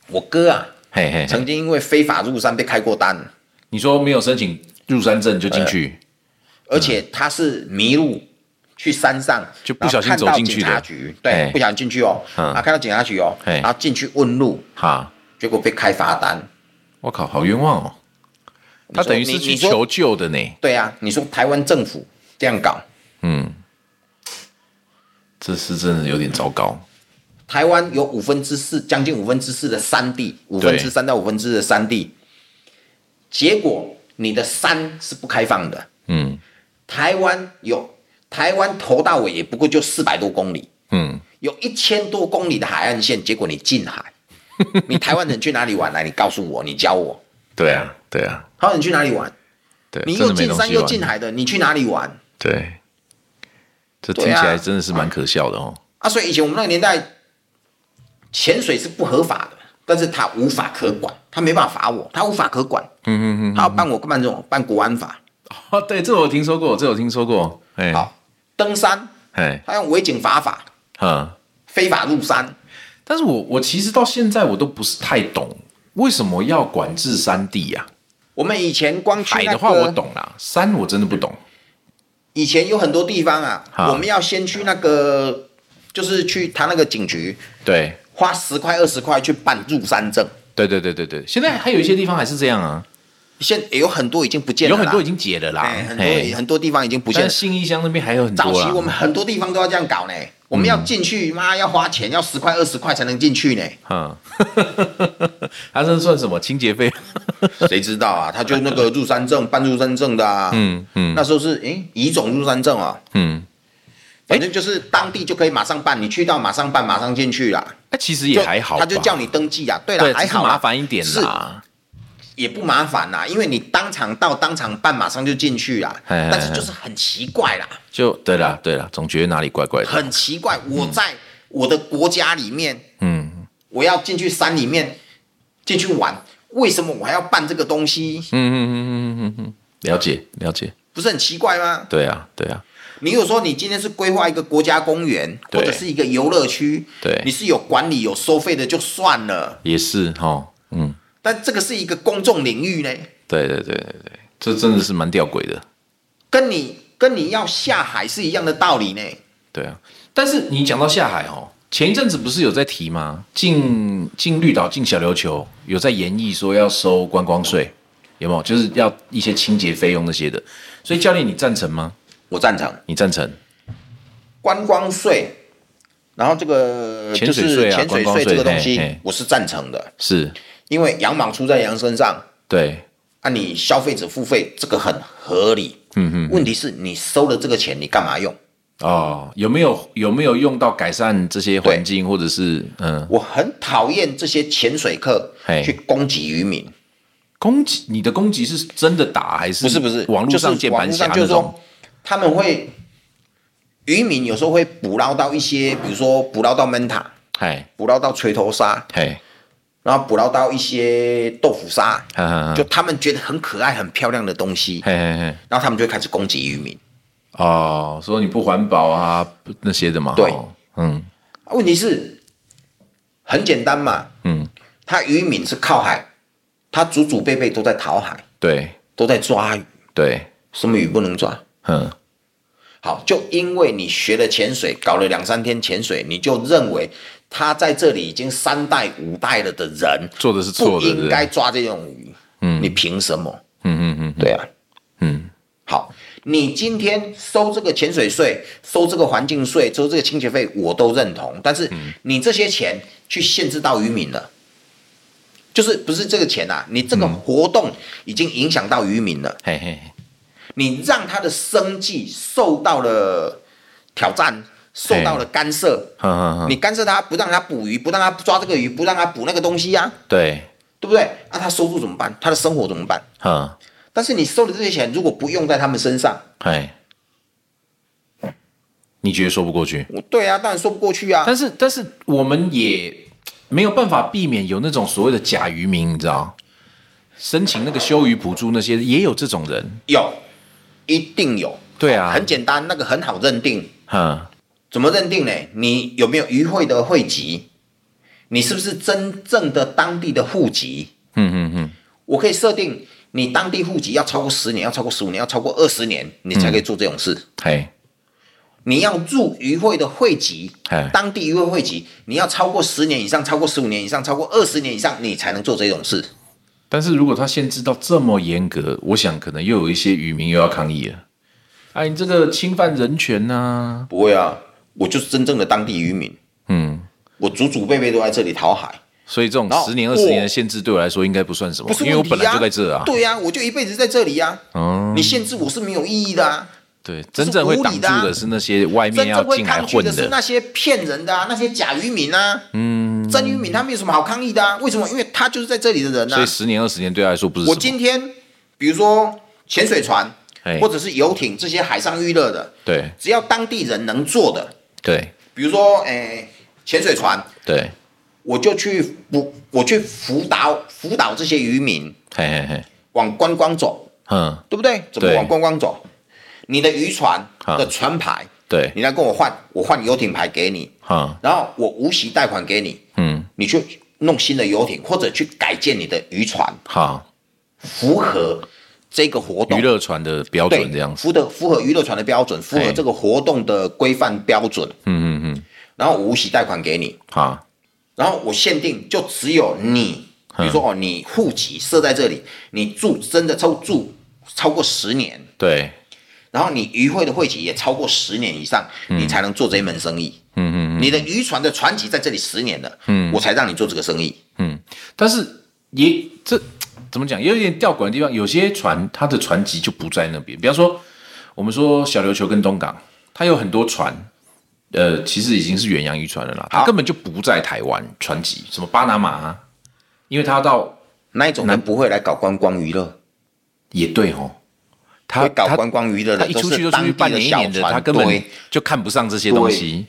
Speaker 2: 我哥啊，
Speaker 1: 嘿嘿嘿
Speaker 2: 曾，经因为非法入山被开过单，
Speaker 1: 你说没有申请入山证就进去，
Speaker 2: 呃而且他是迷路。去山上
Speaker 1: 嗯就不小心走进去的
Speaker 2: 然后看到警察局，
Speaker 1: 嘿
Speaker 2: 对，不小心进去哦，
Speaker 1: 嗯
Speaker 2: 啊，看到警察局哦，
Speaker 1: 嘿
Speaker 2: 然后进去问路，
Speaker 1: 哈，
Speaker 2: 结果被开罚单。
Speaker 1: 我靠，好冤枉哦！他等于是
Speaker 2: 你
Speaker 1: 去
Speaker 2: 你说
Speaker 1: 求救的呢，
Speaker 2: 对啊，你说台湾政府这样搞，
Speaker 1: 这是真的有点糟糕。
Speaker 2: 台湾有五分之四，将近五分之四的山地，五分之三到五分之四的山地，结果你的山是不开放的。
Speaker 1: 嗯
Speaker 2: 台湾有台湾头到尾也不过就四百多公里，
Speaker 1: 嗯，
Speaker 2: 有一千多公里的海岸线，结果你近 海，你台湾人去哪里玩来？你告诉我，你教我，
Speaker 1: 对啊对啊
Speaker 2: 台湾人去哪里玩？
Speaker 1: 对，啊
Speaker 2: 你
Speaker 1: 真
Speaker 2: 又
Speaker 1: 的没
Speaker 2: 进
Speaker 1: 东
Speaker 2: 山
Speaker 1: 西
Speaker 2: 又
Speaker 1: 玩
Speaker 2: 进海的，你去哪里玩
Speaker 1: 对，这听
Speaker 2: 对
Speaker 1: 起
Speaker 2: 啊
Speaker 1: 来真的是蛮可笑的哦。
Speaker 2: 啊？所以以前我们那个年代，潜水是不合法的，但是他无法可管，他没办法罚我，他无法可管。
Speaker 1: 嗯嗯
Speaker 2: 他要办我办这种办国安法，
Speaker 1: 嗯，哦， 对，这我听说过，这我听说过。哎，
Speaker 2: 好，登山
Speaker 1: 哎，
Speaker 2: 他用违警罚法，
Speaker 1: 嗯。
Speaker 2: 非法入山，
Speaker 1: 但是我我其实到现在我都不是太懂，为什么要管制山地呀、
Speaker 2: 我们以前光去
Speaker 1: 海
Speaker 2: 那
Speaker 1: 的话我
Speaker 2: 个，
Speaker 1: 懂啦，山我真的不懂。
Speaker 2: 以前有很多地方啊，
Speaker 1: 啊
Speaker 2: 我们要先去那个，就是去他那个警局，
Speaker 1: 对，
Speaker 2: 花十块二十块去办入山证。
Speaker 1: 对对对对对，现在还有一些地方还是这样啊，
Speaker 2: 现在有很多已经不见
Speaker 1: 有
Speaker 2: 了啦，
Speaker 1: 很多已经解了啦，
Speaker 2: 哎很
Speaker 1: 嘿
Speaker 2: 多很多地方已经不见
Speaker 1: 但
Speaker 2: 了。
Speaker 1: 信义乡那边还有很多
Speaker 2: 早期
Speaker 1: 啦。
Speaker 2: 我们很多地方都要这样搞呢，我们要进去，妈要花钱，要十块二十块才能进去呢。
Speaker 1: 嗯，他这算什么清洁 费？
Speaker 2: 谁知道啊？他就那个入山证办入山证的啊，
Speaker 1: 嗯嗯
Speaker 2: 那时候是诶乙种入山证啊，
Speaker 1: 嗯，
Speaker 2: 反正就是当地就可以马上办，你去到马上办，马上进去啦。
Speaker 1: 哎那其实也还好吧，
Speaker 2: 他就叫你登记啊。对
Speaker 1: 对，
Speaker 2: 了，还好
Speaker 1: 只
Speaker 2: 啦
Speaker 1: 是麻烦一点啦。
Speaker 2: 也不麻烦啦，因为你当场到当场办，马上就进去啦。
Speaker 1: 哎哎哎
Speaker 2: 但是就是很奇怪啦，
Speaker 1: 就对啦对啦，总觉得哪里怪怪的。
Speaker 2: 很奇怪，我在我的国家里面，
Speaker 1: 嗯
Speaker 2: 我要进去山里面进去玩，为什么我还要办这个东西？
Speaker 1: 嗯嗯嗯嗯嗯嗯，了解了解，
Speaker 2: 不是很奇怪吗？
Speaker 1: 对啊对啊，
Speaker 2: 你有说你今天是规划一个国家公园
Speaker 1: 对
Speaker 2: 或者是一个游乐区，
Speaker 1: 对
Speaker 2: 你是有管理有收费的就算了，
Speaker 1: 也是哈，嗯，
Speaker 2: 但这个是一个公众领域呢，
Speaker 1: 对对对对对，这真的是蛮吊诡的。
Speaker 2: 跟你跟你要下海是一样的道理呢。
Speaker 1: 对啊，但是你讲到下海哦，前一阵子不是有在提吗？进进绿岛、进小琉球，有在研议说要收观光税，有没有？就是要一些清洁费用那些的。所以教练，你赞成吗？
Speaker 2: 我赞成
Speaker 1: 你赞成？
Speaker 2: 观光税，然后这个
Speaker 1: 潜
Speaker 2: 就
Speaker 1: 水
Speaker 2: 是
Speaker 1: 税啊
Speaker 2: 潜水
Speaker 1: 观光
Speaker 2: 税
Speaker 1: 税
Speaker 2: 这个东
Speaker 1: 嘿
Speaker 2: 西
Speaker 1: 嘿，
Speaker 2: 我是赞成的，
Speaker 1: 是，
Speaker 2: 因为羊毛出在羊身上，
Speaker 1: 对，
Speaker 2: 啊，你消费者付费这个很合理。嗯嗯。问题是你收了这个钱，你干嘛用？
Speaker 1: 哦，有没有有没有用到改善这些环境，或者是嗯，
Speaker 2: 我很讨厌这些潜水客
Speaker 1: 嘿
Speaker 2: 去攻击渔民，
Speaker 1: 攻击你的攻击是真的打还是
Speaker 2: 不是不是，
Speaker 1: 网络
Speaker 2: 就是
Speaker 1: 上键
Speaker 2: 网
Speaker 1: 盘
Speaker 2: 络
Speaker 1: 侠
Speaker 2: 上就
Speaker 1: 那
Speaker 2: 是
Speaker 1: 种
Speaker 2: 说？他们会渔民有时候会捕捞到一些，比如说捕捞到闷塔，
Speaker 1: 嗨
Speaker 2: 捕捞到锤头鲨，
Speaker 1: 嗨，
Speaker 2: 然后捕捞到一些豆腐鲨，
Speaker 1: 哈哈哈
Speaker 2: 就他们觉得很可爱、很漂亮的东西，
Speaker 1: 啊嘿嘿嘿，
Speaker 2: 然后他们就会开始攻击渔民。
Speaker 1: 哦，说你不环保啊不那些的嘛，
Speaker 2: 对
Speaker 1: 哦，嗯
Speaker 2: 啊问题是很简单嘛，
Speaker 1: 嗯，
Speaker 2: 他渔民是靠海，他祖祖辈辈都在讨海，
Speaker 1: 对
Speaker 2: 都在抓鱼，
Speaker 1: 对，
Speaker 2: 什么鱼不能抓？
Speaker 1: 嗯，
Speaker 2: 好，就因为你学了潜水，搞了两三天潜水，你就认为他在这里已经三代五代了的人
Speaker 1: 做的是
Speaker 2: 不
Speaker 1: 错的，
Speaker 2: 应该
Speaker 1: 对
Speaker 2: 抓这种鱼，嗯，你凭什么？
Speaker 1: 不对，嗯嗯嗯，
Speaker 2: 对啊，
Speaker 1: 嗯，
Speaker 2: 好，你今天收这个潜水税、收这个环境税、收这个清洁费，我都认同。但是
Speaker 1: 嗯
Speaker 2: 你这些钱去限制到渔民了，就是不是这个钱啊？你这个活动已经影响到渔民了，
Speaker 1: 嘿嘿，嘿
Speaker 2: 你让他的生计受到了挑战，受到了干涉。
Speaker 1: 哼哼哼，
Speaker 2: 你干涉他，不让他捕鱼，不让他抓这个鱼，不让他捕那个东西呀、啊
Speaker 1: 对，
Speaker 2: 对不对？那、他收入怎么办？他的生活怎么办？
Speaker 1: 哼，
Speaker 2: 但是你收的这些钱，如果不用在他们身上，
Speaker 1: 嘿，你觉得说不过去？
Speaker 2: 我对啊，当然说不过去啊。
Speaker 1: 但是但是我们也没有办法避免有那种所谓的假渔民，你知道？申请那个休渔补助那些也有这种人，
Speaker 2: 有，一定有。
Speaker 1: 对啊，
Speaker 2: 很简单，那个很好认定。
Speaker 1: 哼，
Speaker 2: 怎么认定呢？你有没有渔会的会籍？你是不是真正的当地的户籍？
Speaker 1: 嗯嗯嗯，
Speaker 2: 我可以设定你当地户籍要超过十年，要超过十五年，要超过二十年，你
Speaker 1: 嗯
Speaker 2: 才可以做这种事。
Speaker 1: 嘿，
Speaker 2: 你要入渔会的会籍
Speaker 1: 哎，
Speaker 2: 当地渔会会籍，你要超过十年以上，超过十五年以上，超过二十年以上，你才能做这种事。
Speaker 1: 但是如果他限制到这么严格，我想可能又有一些渔民又要抗议了。哎，你这个侵犯人权呐、
Speaker 2: 不会啊，我就是真正的当地渔民，
Speaker 1: 嗯，
Speaker 2: 我祖祖辈辈都在这里讨海。
Speaker 1: 所以这种
Speaker 2: 然后
Speaker 1: 十年、二十年
Speaker 2: 我
Speaker 1: 的限制对我来说应该不算什么，
Speaker 2: 不是
Speaker 1: 哦因为我
Speaker 2: 问题
Speaker 1: 本来就在这啊。
Speaker 2: 对呀、我就一辈子在这里呀、
Speaker 1: 嗯
Speaker 2: 你限制我是没有意义的啊。
Speaker 1: 对，真正会挡住的是那些外嗯面
Speaker 2: 真
Speaker 1: 要
Speaker 2: 正会
Speaker 1: 进来
Speaker 2: 抗拒
Speaker 1: 混
Speaker 2: 的是那些骗人啊的啊，那些假渔民啊，嗯，真渔民他们有什么好抗议的啊？为什么？因为他就是在这里的人
Speaker 1: 所以
Speaker 2: 啊。
Speaker 1: 十年、二十年对他来说不是什
Speaker 2: 我
Speaker 1: 么。
Speaker 2: 今天比如说潜水船
Speaker 1: 哎
Speaker 2: 或者是游艇这些海上娱乐的，
Speaker 1: 对
Speaker 2: 只要当地人能做的，
Speaker 1: 对
Speaker 2: 比如说诶潜水船，
Speaker 1: 对，
Speaker 2: 我就去辅我去辅导辅导这些渔民
Speaker 1: 嘿嘿嘿，
Speaker 2: 往观光走，
Speaker 1: 嗯，
Speaker 2: 对不对？怎么
Speaker 1: 对
Speaker 2: 往观光走？你的渔船
Speaker 1: 啊
Speaker 2: 的船牌，
Speaker 1: 对
Speaker 2: 你来跟我换，我换游艇牌给你，
Speaker 1: 哈，
Speaker 2: 然后我无息贷款给你，
Speaker 1: 嗯，
Speaker 2: 你去弄新的游艇或者去改建你的渔船，
Speaker 1: 好，
Speaker 2: 符合这个活动
Speaker 1: 娱乐船的标
Speaker 2: 对
Speaker 1: 准这样子，
Speaker 2: 符合符合娱乐船的标准，符合
Speaker 1: 哎
Speaker 2: 这个活动的规范标准，
Speaker 1: 嗯嗯嗯，
Speaker 2: 然后我无息贷款给你，
Speaker 1: 好，
Speaker 2: 然后我限定就只有你，
Speaker 1: 嗯
Speaker 2: 比如说哦，你户籍设在这里，你住真的超住超过十年。
Speaker 1: 对，
Speaker 2: 然后你渔会的会籍也超过十年以上，
Speaker 1: 嗯
Speaker 2: 你才能做这一门生意。嗯嗯，你的渔船的船籍在这里十年了，嗯，我才让你做这个生意。
Speaker 1: 但是也这怎么讲，也有点吊诡的地方。有些船它的船籍就不在那边，比方说我们说小琉球跟东港，它有很多船，呃，其实已经是远洋渔船了啦，它
Speaker 2: 好
Speaker 1: 根本就不在台湾船籍，什么巴拿马啊、因为它要到
Speaker 2: 那一种人不会来搞观光娱乐，
Speaker 1: 也对哦，他
Speaker 2: 会搞
Speaker 1: 他
Speaker 2: 观光娱乐
Speaker 1: 他
Speaker 2: 的
Speaker 1: 一
Speaker 2: 都
Speaker 1: 出去
Speaker 2: 是
Speaker 1: 就出
Speaker 2: 当
Speaker 1: 去
Speaker 2: 地
Speaker 1: 半
Speaker 2: 的
Speaker 1: 年一
Speaker 2: 小
Speaker 1: 年的，他
Speaker 2: 船
Speaker 1: 根
Speaker 2: 队
Speaker 1: 本。就看不上这些东西。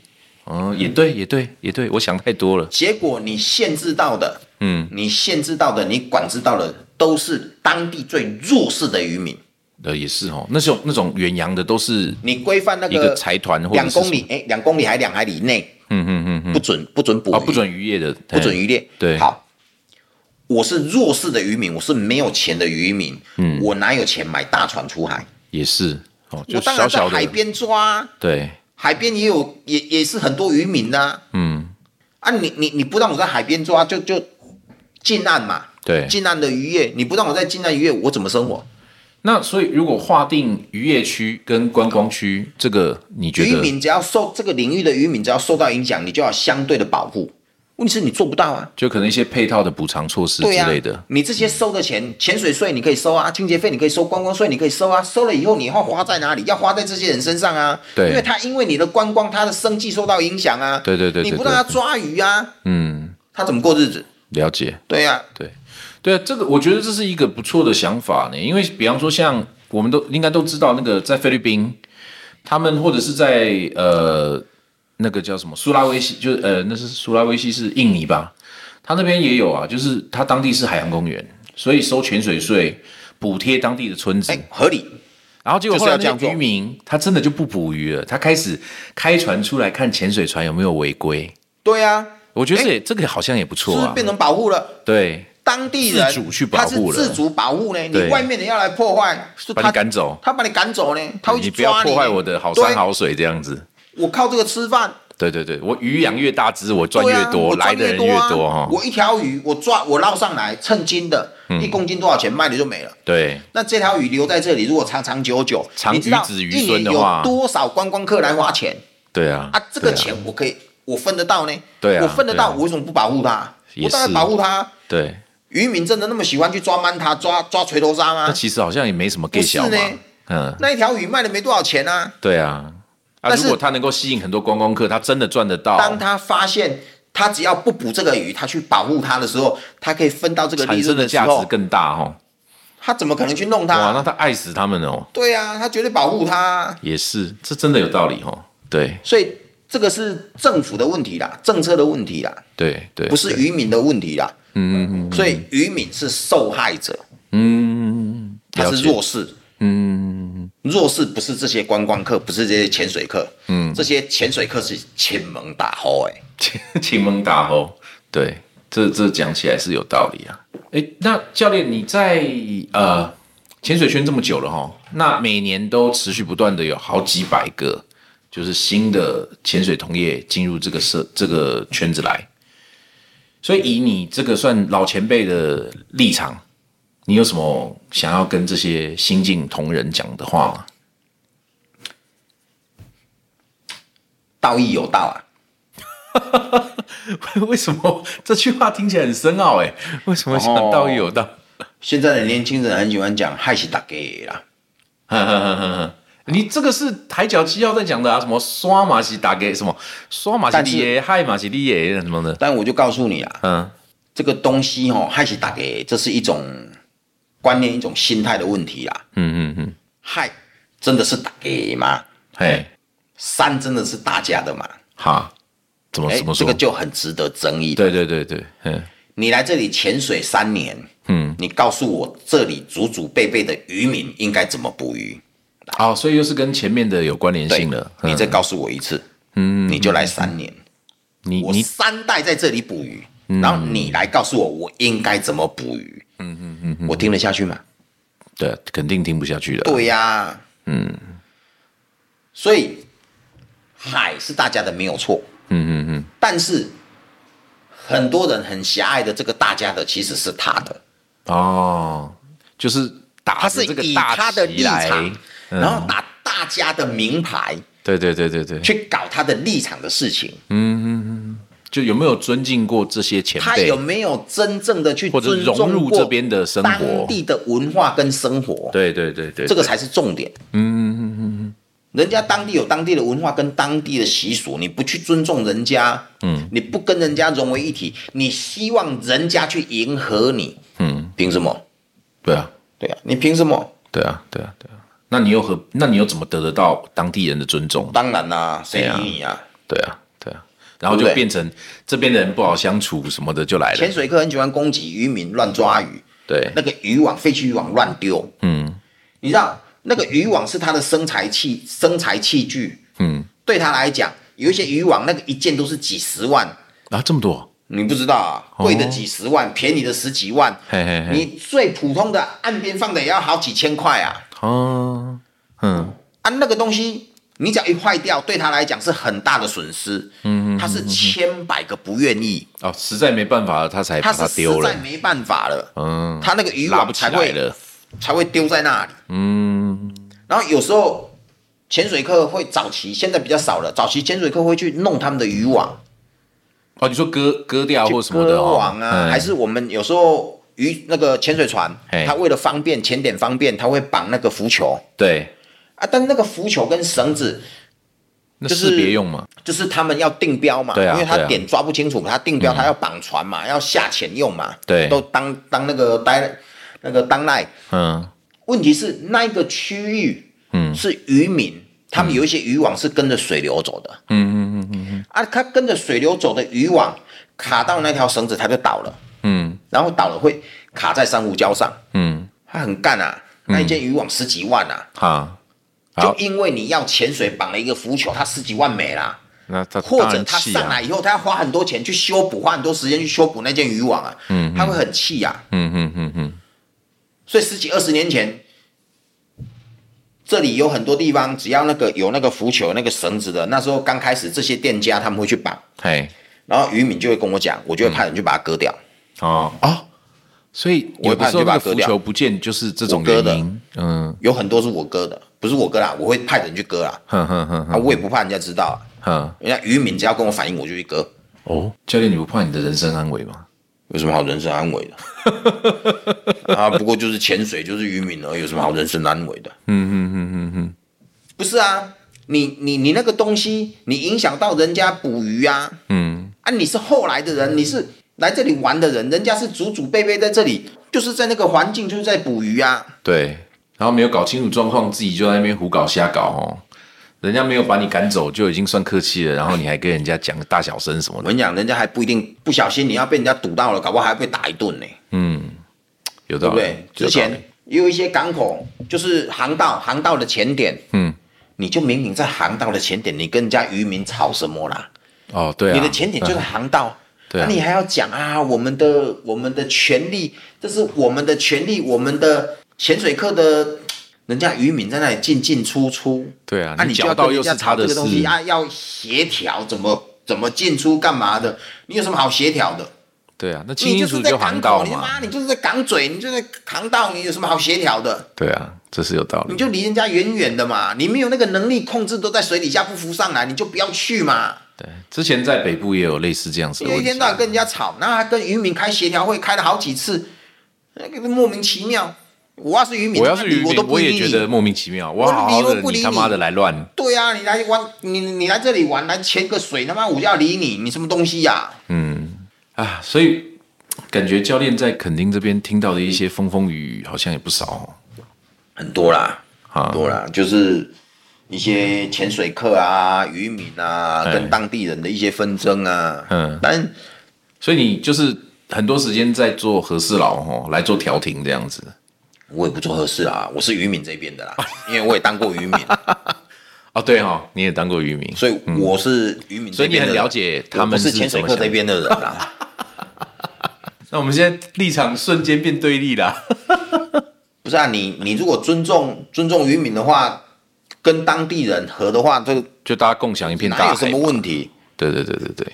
Speaker 1: 嗯，也对，也对，也对，我想太多了。
Speaker 2: 结果你限制到的，嗯，你限制到的，你管制到的，都是当地最弱势的渔民。
Speaker 1: 呃，也是哦，那种那种远洋的都是
Speaker 2: 你规范那
Speaker 1: 一个财团或者
Speaker 2: 呃两
Speaker 1: 是
Speaker 2: 公里，哎，两公里还两海里内，嗯嗯嗯，不准不准捕
Speaker 1: 啊，
Speaker 2: 鱼
Speaker 1: 不准渔业的，
Speaker 2: 不准
Speaker 1: 嘿
Speaker 2: 渔猎。
Speaker 1: 对
Speaker 2: 好，我是弱势的渔民，我是没有钱的渔民，嗯，我哪有钱买大船出海？
Speaker 1: 也是哦，
Speaker 2: 我
Speaker 1: 就
Speaker 2: 当
Speaker 1: 小
Speaker 2: 然在
Speaker 1: 小的
Speaker 2: 海边抓啊，
Speaker 1: 对，
Speaker 2: 海边也有也也是很多渔民呐、啊，
Speaker 1: 嗯，
Speaker 2: 啊，你你你不让我在海边抓，就就近岸嘛，
Speaker 1: 对。
Speaker 2: 近岸的渔业，你不让我在近岸渔业，我怎么生活？
Speaker 1: 那所以如果划定渔业区跟观光区，这个你觉
Speaker 2: 渔
Speaker 1: 得？
Speaker 2: 民只要受这个领域的渔民只要受到影响，你就要相对的保护。问题是你做不到啊，
Speaker 1: 就可能一些配套的补偿措施之
Speaker 2: 对啊呀、
Speaker 1: 类的，
Speaker 2: 你这些收的钱，潜水税你可以收啊，清洁费你可以收，观光税你可以收啊，收了以后你要花在哪里？要花在这些人身上啊，
Speaker 1: 对
Speaker 2: 因为他因为你的观光，他的生计受到影响啊，
Speaker 1: 对对对对
Speaker 2: 你不让他抓鱼啊，
Speaker 1: 嗯，
Speaker 2: 他怎么过日子？
Speaker 1: 了解。
Speaker 2: 对呀、
Speaker 1: 对，对啊，这个我觉得这是一个不错的想法呢，因为比方说像我们都应该都知道，那个在菲律宾，他们或者是在呃那个叫什么苏拉威西，就是呃那是苏拉威西是印尼吧，他那边也有啊，就是他当地是海洋公园，所以收潜水税。补贴当地的村子，
Speaker 2: 哎、合理，
Speaker 1: 然后结果
Speaker 2: 就是
Speaker 1: 后来
Speaker 2: 要这
Speaker 1: 那
Speaker 2: 样
Speaker 1: 个
Speaker 2: 做
Speaker 1: 渔民他真的就不捕鱼了，他开始开船出来看潜水船有没有违规。
Speaker 2: 对呀、啊，
Speaker 1: 我觉得这
Speaker 2: 哎
Speaker 1: 也这个好像也不
Speaker 2: 是
Speaker 1: 错
Speaker 2: 不是
Speaker 1: 啊，
Speaker 2: 变成保护了？
Speaker 1: 对，
Speaker 2: 当地人
Speaker 1: 自主去保护了
Speaker 2: 他是自主保护呢。你
Speaker 1: 对
Speaker 2: 外面的要来破坏，是
Speaker 1: 把
Speaker 2: 他
Speaker 1: 你赶走，
Speaker 2: 他把你赶走呢，他会去
Speaker 1: 你不
Speaker 2: 抓
Speaker 1: 要
Speaker 2: 你。
Speaker 1: 破坏我的好山
Speaker 2: 对，
Speaker 1: 好水这样子。
Speaker 2: 我靠这个吃饭，
Speaker 1: 对对对，我鱼养越大只，我赚
Speaker 2: 对
Speaker 1: 越
Speaker 2: 啊、
Speaker 1: 多，
Speaker 2: 我
Speaker 1: 来
Speaker 2: 赚
Speaker 1: 的人
Speaker 2: 多啊
Speaker 1: 多哈、嗯
Speaker 2: 我一条鱼，我抓我捞上来称斤的，一公斤多少钱卖了就没了。
Speaker 1: 对，
Speaker 2: 那这条鱼留在这里，如果长长久久，
Speaker 1: 长
Speaker 2: 你知道
Speaker 1: 鱼子鱼
Speaker 2: 一
Speaker 1: 孙
Speaker 2: 年
Speaker 1: 的
Speaker 2: 有
Speaker 1: 话
Speaker 2: 多少观光客来花钱
Speaker 1: 对啊。
Speaker 2: 啊？这个
Speaker 1: 对
Speaker 2: 钱我可以，我分得到呢。
Speaker 1: 对啊
Speaker 2: 我分得到，
Speaker 1: 对啊
Speaker 2: 我为什么不保护它？
Speaker 1: 也
Speaker 2: 我当然
Speaker 1: 是
Speaker 2: 保护它。
Speaker 1: 对，
Speaker 2: 渔民真的那么喜欢去抓鳗塔、抓抓锤头鲨
Speaker 1: 那
Speaker 2: 吗？
Speaker 1: 其实好像也没什么
Speaker 2: 不
Speaker 1: gay
Speaker 2: 是
Speaker 1: 小嘛
Speaker 2: 呢。
Speaker 1: 嗯，
Speaker 2: 那一条鱼卖了没多少钱啊。
Speaker 1: 对啊。啊，
Speaker 2: 但是
Speaker 1: 如果他能够吸引很多观光客，他真的赚得到，
Speaker 2: 当他发现他只要不捕这个鱼，他去保护它的时候，他可以分到这个
Speaker 1: 产
Speaker 2: 利
Speaker 1: 生
Speaker 2: 润
Speaker 1: 的
Speaker 2: 时
Speaker 1: 价值
Speaker 2: 候，
Speaker 1: 更大哦。
Speaker 2: 他怎么可能去弄它
Speaker 1: 哇，
Speaker 2: 啊？
Speaker 1: 那他爱死他们哦，
Speaker 2: 对啊，他绝对保护它啊。
Speaker 1: 也是，这真的有道理哦。对
Speaker 2: 所以这个是政府的问题啦，政策的问题啦，
Speaker 1: 对对，
Speaker 2: 不是
Speaker 1: 对
Speaker 2: 渔民的问题啦。嗯嗯嗯。所以渔民是受害者，
Speaker 1: 嗯，
Speaker 2: 他
Speaker 1: 了
Speaker 2: 是
Speaker 1: 解
Speaker 2: 弱势。嗯，弱势不是这些观光客，不是这些潜水客。嗯，这些潜水客是亲蒙打吼哎、
Speaker 1: 亲 亲蒙打吼，对，这这讲起来是有道理啊。哎，那教练你在呃潜水圈这么久了哈，那每年都持续不断的有好几百个就是新的潜水同业进入这个社这个圈子来，所以以你这个算老前辈的立场，你有什么想要跟这些新进同仁讲的话吗？
Speaker 2: 道义有道啊。
Speaker 1: 为什么这句话听起来很深奥？哎，为什么想道义有道？
Speaker 2: 现在的年轻人很喜欢讲害死大家的啦。
Speaker 1: 哼哼哼哼哼， 你这个是海角七号在讲的啊，什么刷马西打给什么刷马西利耶、害马西利耶什么的，
Speaker 2: 但我就告诉你啊，
Speaker 1: 嗯，
Speaker 2: 这个东西哦，害死大家，这是一种观念、一种心态的问题啦。嗯嗯嗯，害真的是大家吗？
Speaker 1: 嘿，
Speaker 2: 哎善真的是大家的嘛？
Speaker 1: 哈，怎么
Speaker 2: 哎
Speaker 1: 怎么
Speaker 2: 这
Speaker 1: 说？
Speaker 2: 个就很值得争议。，
Speaker 1: 对对对对，嗯，
Speaker 2: 你来这里潜水三年，嗯，你告诉我这里祖祖辈辈的渔民应该怎么捕鱼？
Speaker 1: 好，所以又是跟前面的有关联
Speaker 2: 对
Speaker 1: 性了。
Speaker 2: 你
Speaker 1: 嗯
Speaker 2: 再告诉我一次，嗯，你就来三年，
Speaker 1: 你
Speaker 2: 我
Speaker 1: 你嗯
Speaker 2: 三代在这里捕鱼，然后你来告诉我我应该怎么捕鱼？嗯嗯嗯，我听得下去吗？
Speaker 1: 对，肯定听不下去了。
Speaker 2: 对呀、嗯，所以海是大家的没有错，嗯嗯嗯，但是很多人很狭隘的这个大家的其实是他的，
Speaker 1: 哦，就是打
Speaker 2: 他
Speaker 1: 着
Speaker 2: 是
Speaker 1: 这个
Speaker 2: 以
Speaker 1: 大
Speaker 2: 他的
Speaker 1: 旗
Speaker 2: 立
Speaker 1: 来，嗯
Speaker 2: 场，然后打大家的名牌
Speaker 1: 对对对对对，
Speaker 2: 去搞他的立场的事情，
Speaker 1: 嗯就有没有尊敬过这些前
Speaker 2: 他
Speaker 1: 辈
Speaker 2: 有？没有真正的去
Speaker 1: 或者
Speaker 2: 尊重
Speaker 1: 融入
Speaker 2: 过
Speaker 1: 这边的生活
Speaker 2: 当地的文化跟生活？
Speaker 1: 对对对对，
Speaker 2: 这个才是重点。嗯嗯嗯嗯，人家当地有当地的文化跟当地的习俗，你不去尊重人家，嗯，你不跟人家融为一体，你希望人家去迎合你，嗯，凭什么？
Speaker 1: 对啊，
Speaker 2: 对啊，你凭什么？
Speaker 1: 对啊，对啊，对啊。那你又何？那你又怎么得得到当地人的尊重？
Speaker 2: 当然啦、谁
Speaker 1: 对啊
Speaker 2: 理你啊？
Speaker 1: 对啊，对啊。然后就
Speaker 2: 对不对
Speaker 1: 变成这边的人不好相处什么的就来
Speaker 2: 潜
Speaker 1: 了。
Speaker 2: 水客很喜欢攻击渔民，乱抓鱼，
Speaker 1: 哎对
Speaker 2: 那个渔网、废弃渔网乱丢。
Speaker 1: 嗯，
Speaker 2: 你知道那个渔网是他的生财器、生财器具。
Speaker 1: 嗯，
Speaker 2: 对他来讲，有一些渔网那个一件都是几十万，
Speaker 1: 啊，这么多，
Speaker 2: 你不知道啊，
Speaker 1: 哦
Speaker 2: 贵的几十万，便宜的十几万。
Speaker 1: 嘿嘿嘿
Speaker 2: 你最普通的岸边放的也要好几千块啊！
Speaker 1: 哦，嗯，
Speaker 2: 啊，那个东西你只要一坏掉，对他来讲是很大的损失。嗯，他是千百个不愿意，
Speaker 1: 哦，实在没办法了，他才把
Speaker 2: 他
Speaker 1: 它
Speaker 2: 是
Speaker 1: 丢
Speaker 2: 实
Speaker 1: 了
Speaker 2: 在。没办法了，
Speaker 1: 嗯，
Speaker 2: 他那个渔
Speaker 1: 拉不
Speaker 2: 网
Speaker 1: 起
Speaker 2: 才
Speaker 1: 来
Speaker 2: 会
Speaker 1: 了。
Speaker 2: 才会丢在那里。
Speaker 1: 嗯，
Speaker 2: 然后有时候潜水客会早期，现在比较少了，早期潜水客会去弄他们的渔网，
Speaker 1: 哦，你说割割掉或
Speaker 2: 去
Speaker 1: 什么的
Speaker 2: 割
Speaker 1: 哦，
Speaker 2: 网啊，
Speaker 1: 嗯
Speaker 2: 还是我们有时候渔那个潜水船
Speaker 1: 嘿，
Speaker 2: 它为了方便潜点方便，它会绑那个浮球
Speaker 1: 对，
Speaker 2: 啊，但那个浮球跟绳子。
Speaker 1: 那
Speaker 2: 就是
Speaker 1: 是别用嘛。
Speaker 2: 就是他们要定标嘛，
Speaker 1: 对啊
Speaker 2: 因为他
Speaker 1: 对啊嗯
Speaker 2: 点抓不清楚，他定标他要绑船嘛，要下潜用嘛，
Speaker 1: 对
Speaker 2: 都当当那个呆那个当赖。
Speaker 1: 嗯，
Speaker 2: 问题是那一个区域，嗯，是渔民，他们有一些渔网是跟着水流走的，嗯嗯嗯嗯，啊，他跟着水流走的渔网卡到那条绳子，它就倒了，
Speaker 1: 嗯，
Speaker 2: 然后倒了会卡在珊瑚礁上，
Speaker 1: 嗯，
Speaker 2: 他很干啊，那一件渔网十几万啊，
Speaker 1: 好，
Speaker 2: 就
Speaker 1: 好，
Speaker 2: 因为你要潜水绑了一个浮球，他十几万没啦。
Speaker 1: 那他
Speaker 2: 或
Speaker 1: 当
Speaker 2: 者
Speaker 1: 然
Speaker 2: 他
Speaker 1: 气
Speaker 2: 上
Speaker 1: 啊
Speaker 2: 来以后，他要花很多钱去修补，花很多时间去修补那件渔网啊，嗯，他会很气啊。
Speaker 1: 嗯嗯嗯嗯，
Speaker 2: 所以十几二十年前，这里有很多地方，只要那个有那个浮球、那个绳子的，那时候刚开始，这些店家他们会去绑，
Speaker 1: 嘿，
Speaker 2: 然后渔民就会跟我讲，我就会派人去把它割掉。
Speaker 1: 哦哦，所以
Speaker 2: 我
Speaker 1: 有
Speaker 2: 会
Speaker 1: 的
Speaker 2: 怕
Speaker 1: 时候
Speaker 2: 你把
Speaker 1: 那
Speaker 2: 它
Speaker 1: 个
Speaker 2: 割
Speaker 1: 浮
Speaker 2: 掉
Speaker 1: 球不见就是这种
Speaker 2: 我割
Speaker 1: 原
Speaker 2: 的
Speaker 1: 因。嗯，
Speaker 2: 有很多是我割的，不是我割啦，我会派人去割啦。
Speaker 1: 哼哼哼
Speaker 2: 啊，
Speaker 1: 哼
Speaker 2: 我也不怕人家知道啊，
Speaker 1: 哼，
Speaker 2: 人家渔民只要跟我反映，我就去割，
Speaker 1: 哦，教练，你不怕你的人身安危吗？
Speaker 2: 有什么好人身安危 的？啊，不过就是潜水，就是渔民而已，有什么好人身安危的？不是啊，你你你那个东西，你影响到人家捕鱼啊，
Speaker 1: 嗯，
Speaker 2: 啊，你是后来的人，你是来这里玩的人，人家是祖祖辈辈在这里，就是在那个环境就是在捕鱼啊，
Speaker 1: 对，然后没有搞清楚状况，自己就在那边胡搞瞎搞哦。人家没有把你赶走就已经算客气了，然后你还跟人家讲大小声什么
Speaker 2: 我
Speaker 1: 的，
Speaker 2: 跟你讲，人家还不一定不小心，你要被人家堵到了，搞不好还被打一顿呢、
Speaker 1: 有道
Speaker 2: 对不
Speaker 1: 理。有
Speaker 2: 对？之
Speaker 1: 道理
Speaker 2: 前也有一些港口就是航道，航道的前点，
Speaker 1: 嗯，
Speaker 2: 你就明明在航道的前点，你跟人家渔民吵什么啦？
Speaker 1: 哦，对啊，
Speaker 2: 你的前点就是
Speaker 1: 嗯
Speaker 2: 航道，
Speaker 1: 对
Speaker 2: 那、
Speaker 1: 啊
Speaker 2: 你还要讲啊，我们的我们的权利，这是我们的权利，我们的潜水客的，人家渔民在那里进进出出，
Speaker 1: 对啊
Speaker 2: 啊，
Speaker 1: 你
Speaker 2: 你就
Speaker 1: 搅
Speaker 2: 要
Speaker 1: 到
Speaker 2: 跟人
Speaker 1: 又是
Speaker 2: 家
Speaker 1: 他
Speaker 2: 吵
Speaker 1: 的
Speaker 2: 这个东西
Speaker 1: 事
Speaker 2: 啊，要协调怎么怎么进出干嘛的，你有什么好协调的？
Speaker 1: 对啊，那清
Speaker 2: 你
Speaker 1: 清
Speaker 2: 就
Speaker 1: 楚
Speaker 2: 是
Speaker 1: 楚
Speaker 2: 在
Speaker 1: 就
Speaker 2: 港
Speaker 1: 航道
Speaker 2: 口，你
Speaker 1: 嘛
Speaker 2: 妈，，你就是在港嘴，你就是航道，你有什么好协调的？
Speaker 1: 对啊，这是有道理
Speaker 2: 你。就离人家远远的嘛，你没有那个能力控制，都在水底下不浮上来，你就不要去嘛。
Speaker 1: 对，之前在北部也有类似这样子的
Speaker 2: 有
Speaker 1: 问
Speaker 2: 一
Speaker 1: 题啊
Speaker 2: 天。到晚跟人家吵，然后还跟渔民开协调会，开了好几次，那个莫名其妙。我要是渔民，
Speaker 1: 我要是渔
Speaker 2: 我
Speaker 1: 民
Speaker 2: 都，不
Speaker 1: 我也
Speaker 2: 理
Speaker 1: 觉
Speaker 2: 你。
Speaker 1: 得莫名其妙，我
Speaker 2: 我
Speaker 1: 好好
Speaker 2: 理都
Speaker 1: 的，
Speaker 2: 不理
Speaker 1: 你他
Speaker 2: 你
Speaker 1: 妈的来乱，
Speaker 2: 对啊，你来玩，你你来这里玩，来潜个水，他妈我就要理你，你什么东西呀、
Speaker 1: 啊，所以感觉教练在垦丁这边听到的一些风风雨雨好像也不少哦。
Speaker 2: 很多啦，
Speaker 1: 啊
Speaker 2: 很多啦，就是一些潜水客啊、渔民啊，
Speaker 1: 哎
Speaker 2: 跟当地人的一些纷争啊。
Speaker 1: 嗯
Speaker 2: 但
Speaker 1: 所以你就是很多时间在做和事佬哦，来做调停这样子。
Speaker 2: 我也不做合适啊，我是渔民这边 的啦，因为我也当过渔民，
Speaker 1: 哦，对哦，你也当过渔民，
Speaker 2: 所以我是渔民
Speaker 1: 嗯所
Speaker 2: 这
Speaker 1: 以你
Speaker 2: 边
Speaker 1: 很
Speaker 2: 的人，
Speaker 1: 了解他
Speaker 2: 我
Speaker 1: 们
Speaker 2: 不是潜水客
Speaker 1: 怎么想
Speaker 2: 这。边的人啦。
Speaker 1: 那我们现在立场瞬间变对立 啦。
Speaker 2: 不是啊，你你如果尊重尊重渔民的话，跟当地人和的话，这个
Speaker 1: 就大家共享一片
Speaker 2: 哪
Speaker 1: 大哎
Speaker 2: 有什
Speaker 1: 海
Speaker 2: 么
Speaker 1: 嘛。
Speaker 2: 问题？
Speaker 1: 对对对对对，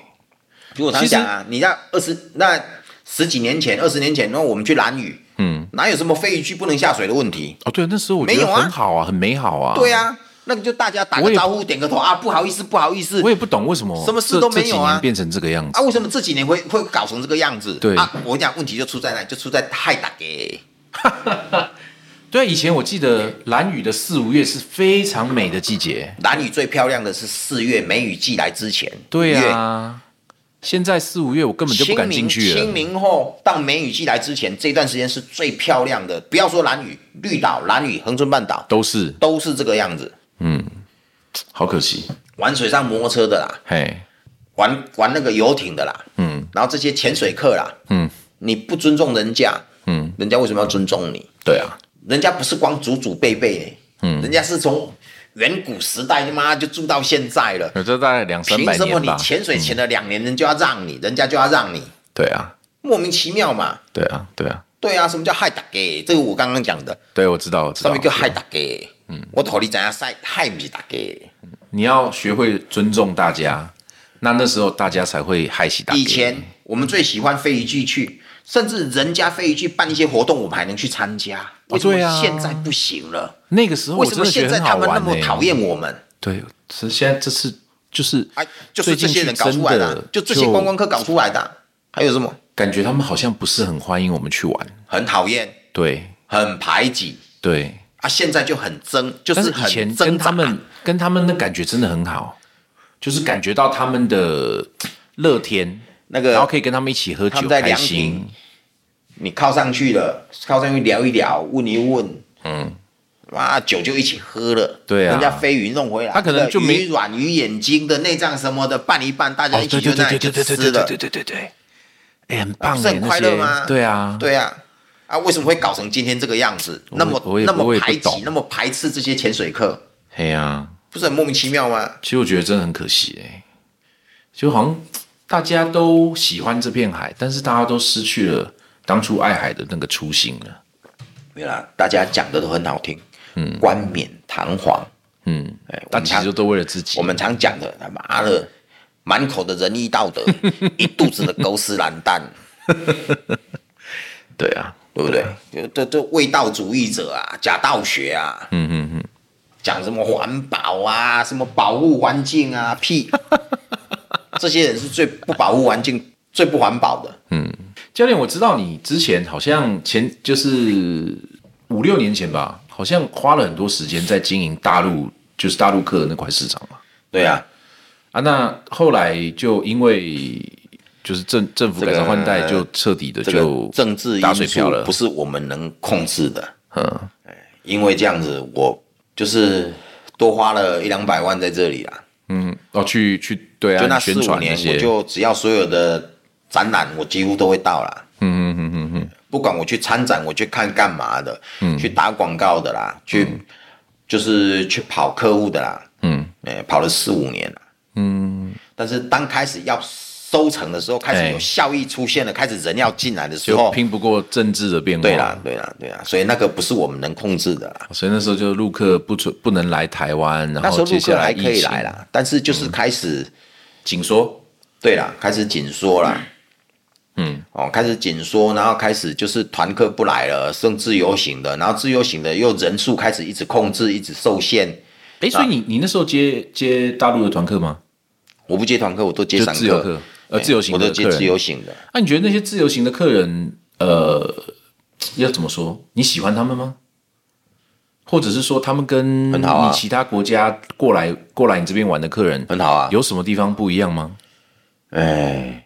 Speaker 2: 如果他讲啊，你那二十那十几年前、二十年前，那我们去蓝屿，
Speaker 1: 嗯，
Speaker 2: 哪有什么非渔区不能下水的问题？
Speaker 1: 哦对，那时候我觉
Speaker 2: 没
Speaker 1: 得
Speaker 2: 有啊
Speaker 1: 很好啊，很美好啊。
Speaker 2: 对，啊，那个就大家打
Speaker 1: 我
Speaker 2: 个
Speaker 1: 也
Speaker 2: 招呼、点个头啊，不好意思，不好意思
Speaker 1: 我也不懂为什么
Speaker 2: 什么事都
Speaker 1: 这
Speaker 2: 没有啊
Speaker 1: 这几年变成这个样子
Speaker 2: 啊，。为什么这几年会会搞成这个样子？
Speaker 1: 对
Speaker 2: 啊，我讲问题就出在哪，就出在害打给。
Speaker 1: 对，啊以前我记得蓝雨的四五月是非常美的季节。
Speaker 2: 蓝屿最漂亮的是四月梅雨季来之前，
Speaker 1: 对
Speaker 2: 五月
Speaker 1: 啊，现在四五月我根本就不敢进去
Speaker 2: 清明
Speaker 1: 了。
Speaker 2: 清明后到梅雨季来之前，这段时间是最漂亮的。不要说蓝雨、绿岛、蓝雨、恒春半岛，
Speaker 1: 都是，
Speaker 2: 都是这个样子。
Speaker 1: 好可惜。
Speaker 2: 玩水上摩托车的啦，
Speaker 1: 嘿，
Speaker 2: 玩玩那个游艇的啦，嗯，然后这些潜水客啦，
Speaker 1: 嗯，
Speaker 2: 你不尊重人家，嗯，人家为什么要尊重你？
Speaker 1: 对啊，
Speaker 2: 人家不是光祖祖辈辈呢，嗯，人家是从远古时代他妈就住到现在了，
Speaker 1: 这大概两三
Speaker 2: 凭
Speaker 1: 百
Speaker 2: 什么
Speaker 1: 年
Speaker 2: 你
Speaker 1: 吧。嗯
Speaker 2: 潜水潜了两年，人就要让你，人家就要让你，
Speaker 1: 对啊，
Speaker 2: 莫名其妙嘛？
Speaker 1: 对啊，对啊，
Speaker 2: 对啊，什么叫害大家？这个我刚刚讲的，
Speaker 1: 对，啊我知道，我知
Speaker 2: 什
Speaker 1: 道
Speaker 2: 么。叫害大家？嗯，我头你怎样害害不是大家？
Speaker 1: 你要学会尊重大家，那那时候大家才会嗨起大家。
Speaker 2: 以前我们最喜欢飞鱼季去，甚至人家飞鱼季办一些活动，我们还能去参加。为什么
Speaker 1: 对啊
Speaker 2: 现在不行了？
Speaker 1: 那个时候，我
Speaker 2: 为什
Speaker 1: 真
Speaker 2: 么
Speaker 1: 的觉
Speaker 2: 现
Speaker 1: 得
Speaker 2: 在
Speaker 1: 很
Speaker 2: 他
Speaker 1: 好
Speaker 2: 们那
Speaker 1: 玩欸
Speaker 2: 么
Speaker 1: 呢
Speaker 2: 讨厌我们？
Speaker 1: 对，是现在这次就是
Speaker 2: 哎，就是这些人搞出来的啊，就这些观光客搞出来的啊，还有什么？
Speaker 1: 感觉他们好像不是很欢迎我们去玩。
Speaker 2: 很讨厌，
Speaker 1: 对
Speaker 2: 很排挤
Speaker 1: 对，
Speaker 2: 啊！现在就很争，就
Speaker 1: 但是以前跟
Speaker 2: 很挣扎啊
Speaker 1: 他们跟他们的感觉真的很好，就是感觉到他们的乐天，
Speaker 2: 那个
Speaker 1: 然后可以跟他们一起喝
Speaker 2: 他
Speaker 1: 酒
Speaker 2: 们在
Speaker 1: 开
Speaker 2: 凉
Speaker 1: 心
Speaker 2: 亭。，你靠上去了，靠上去聊一聊，问一问，
Speaker 1: 嗯，
Speaker 2: 哇，酒就一起喝了。
Speaker 1: 对啊
Speaker 2: 人家飞鱼弄回来，
Speaker 1: 他可能
Speaker 2: 那个
Speaker 1: 就没
Speaker 2: 鱼软、鱼眼睛的内脏什么的拌一拌，大家
Speaker 1: 哦，
Speaker 2: 一
Speaker 1: 对
Speaker 2: 起
Speaker 1: 对
Speaker 2: 就那
Speaker 1: 对对
Speaker 2: 里就
Speaker 1: 对对
Speaker 2: 吃
Speaker 1: 对
Speaker 2: 了
Speaker 1: 对，对对对，哎，很棒
Speaker 2: 不是
Speaker 1: 哎，
Speaker 2: 很
Speaker 1: 那
Speaker 2: 快
Speaker 1: 些
Speaker 2: 乐吗？
Speaker 1: 对啊，
Speaker 2: 对啊。啊，为什么会搞成今天这个样子？
Speaker 1: 我
Speaker 2: 那么
Speaker 1: 我也
Speaker 2: 那
Speaker 1: 我
Speaker 2: 么
Speaker 1: 也不
Speaker 2: 排挤
Speaker 1: 懂，
Speaker 2: 那么排斥这些潜水客，
Speaker 1: 嘿呀，
Speaker 2: 不是很莫名其妙吗？
Speaker 1: 其实我觉得真的很可惜哎、就好像大家都喜欢这片海，但是大家都失去了当初爱海的那个初心了。
Speaker 2: 没有啦，大家讲的都很好听，嗯，冠冕堂皇。
Speaker 1: 嗯，
Speaker 2: 哎，我
Speaker 1: 大
Speaker 2: 们
Speaker 1: 家其
Speaker 2: 常
Speaker 1: 实都为了自己。
Speaker 2: 我们常讲的，他妈的，满口的仁义道德，一肚子的狗屎烂蛋，
Speaker 1: 对啊，
Speaker 2: 对不对？就这这卫道主义者啊，假道学啊，嗯嗯嗯，讲什么环保啊，什么保护环境啊，屁！这些人是最不保护环境、最不环保的。
Speaker 1: 教练，我知道你之前好像前就是五六年前吧，好像花了很多时间在经营大陆，就是大陆客的那块市场嘛。
Speaker 2: 对啊，
Speaker 1: 啊，那后来就因为就是政政府改朝换代，
Speaker 2: 这
Speaker 1: 就
Speaker 2: 个
Speaker 1: 彻底的
Speaker 2: 这个
Speaker 1: 就
Speaker 2: 政治
Speaker 1: 打
Speaker 2: 因
Speaker 1: 水漂
Speaker 2: 素
Speaker 1: 了
Speaker 2: 不。是我们能控制的。
Speaker 1: 嗯，
Speaker 2: 因为这样子，我就是多花了一两百万在这里啦。
Speaker 1: 嗯，哦，去去对
Speaker 2: 就
Speaker 1: 啊，
Speaker 2: 那
Speaker 1: 宣
Speaker 2: 四五
Speaker 1: 传
Speaker 2: 年
Speaker 1: 那，些
Speaker 2: 我就只要所有的展览，我几乎都会到啦。嗯嗯嗯嗯嗯，不管我去参展，我去看干嘛的，
Speaker 1: 嗯
Speaker 2: 去打广告的啦，去、就是去跑客户的啦。
Speaker 1: 嗯，
Speaker 2: 哎、跑了四五年了。嗯，但是当开始要收成的时候，开
Speaker 1: 哎
Speaker 2: 始有效益出现了，开始人要进来的时
Speaker 1: 就
Speaker 2: 候，
Speaker 1: 拼不过政治的变化。
Speaker 2: 对啦，，对啦，对啦，所以那个不是我们能控制的啦。
Speaker 1: 所以那时候就陆客不准不能来台湾，然
Speaker 2: 那时
Speaker 1: 后
Speaker 2: 候
Speaker 1: 接
Speaker 2: 陆
Speaker 1: 下
Speaker 2: 客
Speaker 1: 来
Speaker 2: 还可
Speaker 1: 疫
Speaker 2: 以
Speaker 1: 情嗯
Speaker 2: 来，啦，但是就是开始，
Speaker 1: 紧缩。
Speaker 2: 对啦，开始紧缩啦，嗯，哦，开始紧缩，然后开始就是团客不来了，剩自由行的，然后自由行的又人数开始一直控制，一直受限。
Speaker 1: 哎，所以你你那时候接接大陆的团客吗？
Speaker 2: 我不接团客，我都接
Speaker 1: 就
Speaker 2: 散
Speaker 1: 自由客呃
Speaker 2: 哎
Speaker 1: 自由行
Speaker 2: 我
Speaker 1: 的
Speaker 2: 都
Speaker 1: 客
Speaker 2: 接
Speaker 1: 人
Speaker 2: 自由行的。
Speaker 1: 那、你觉得那些自由行的客人，呃，要怎么说？你喜欢他们吗？或者是说，他们跟
Speaker 2: 很好啊
Speaker 1: 你其他国家过来过来你这边玩的客人，
Speaker 2: 很好啊
Speaker 1: 有什么地方不一样吗？
Speaker 2: 哎，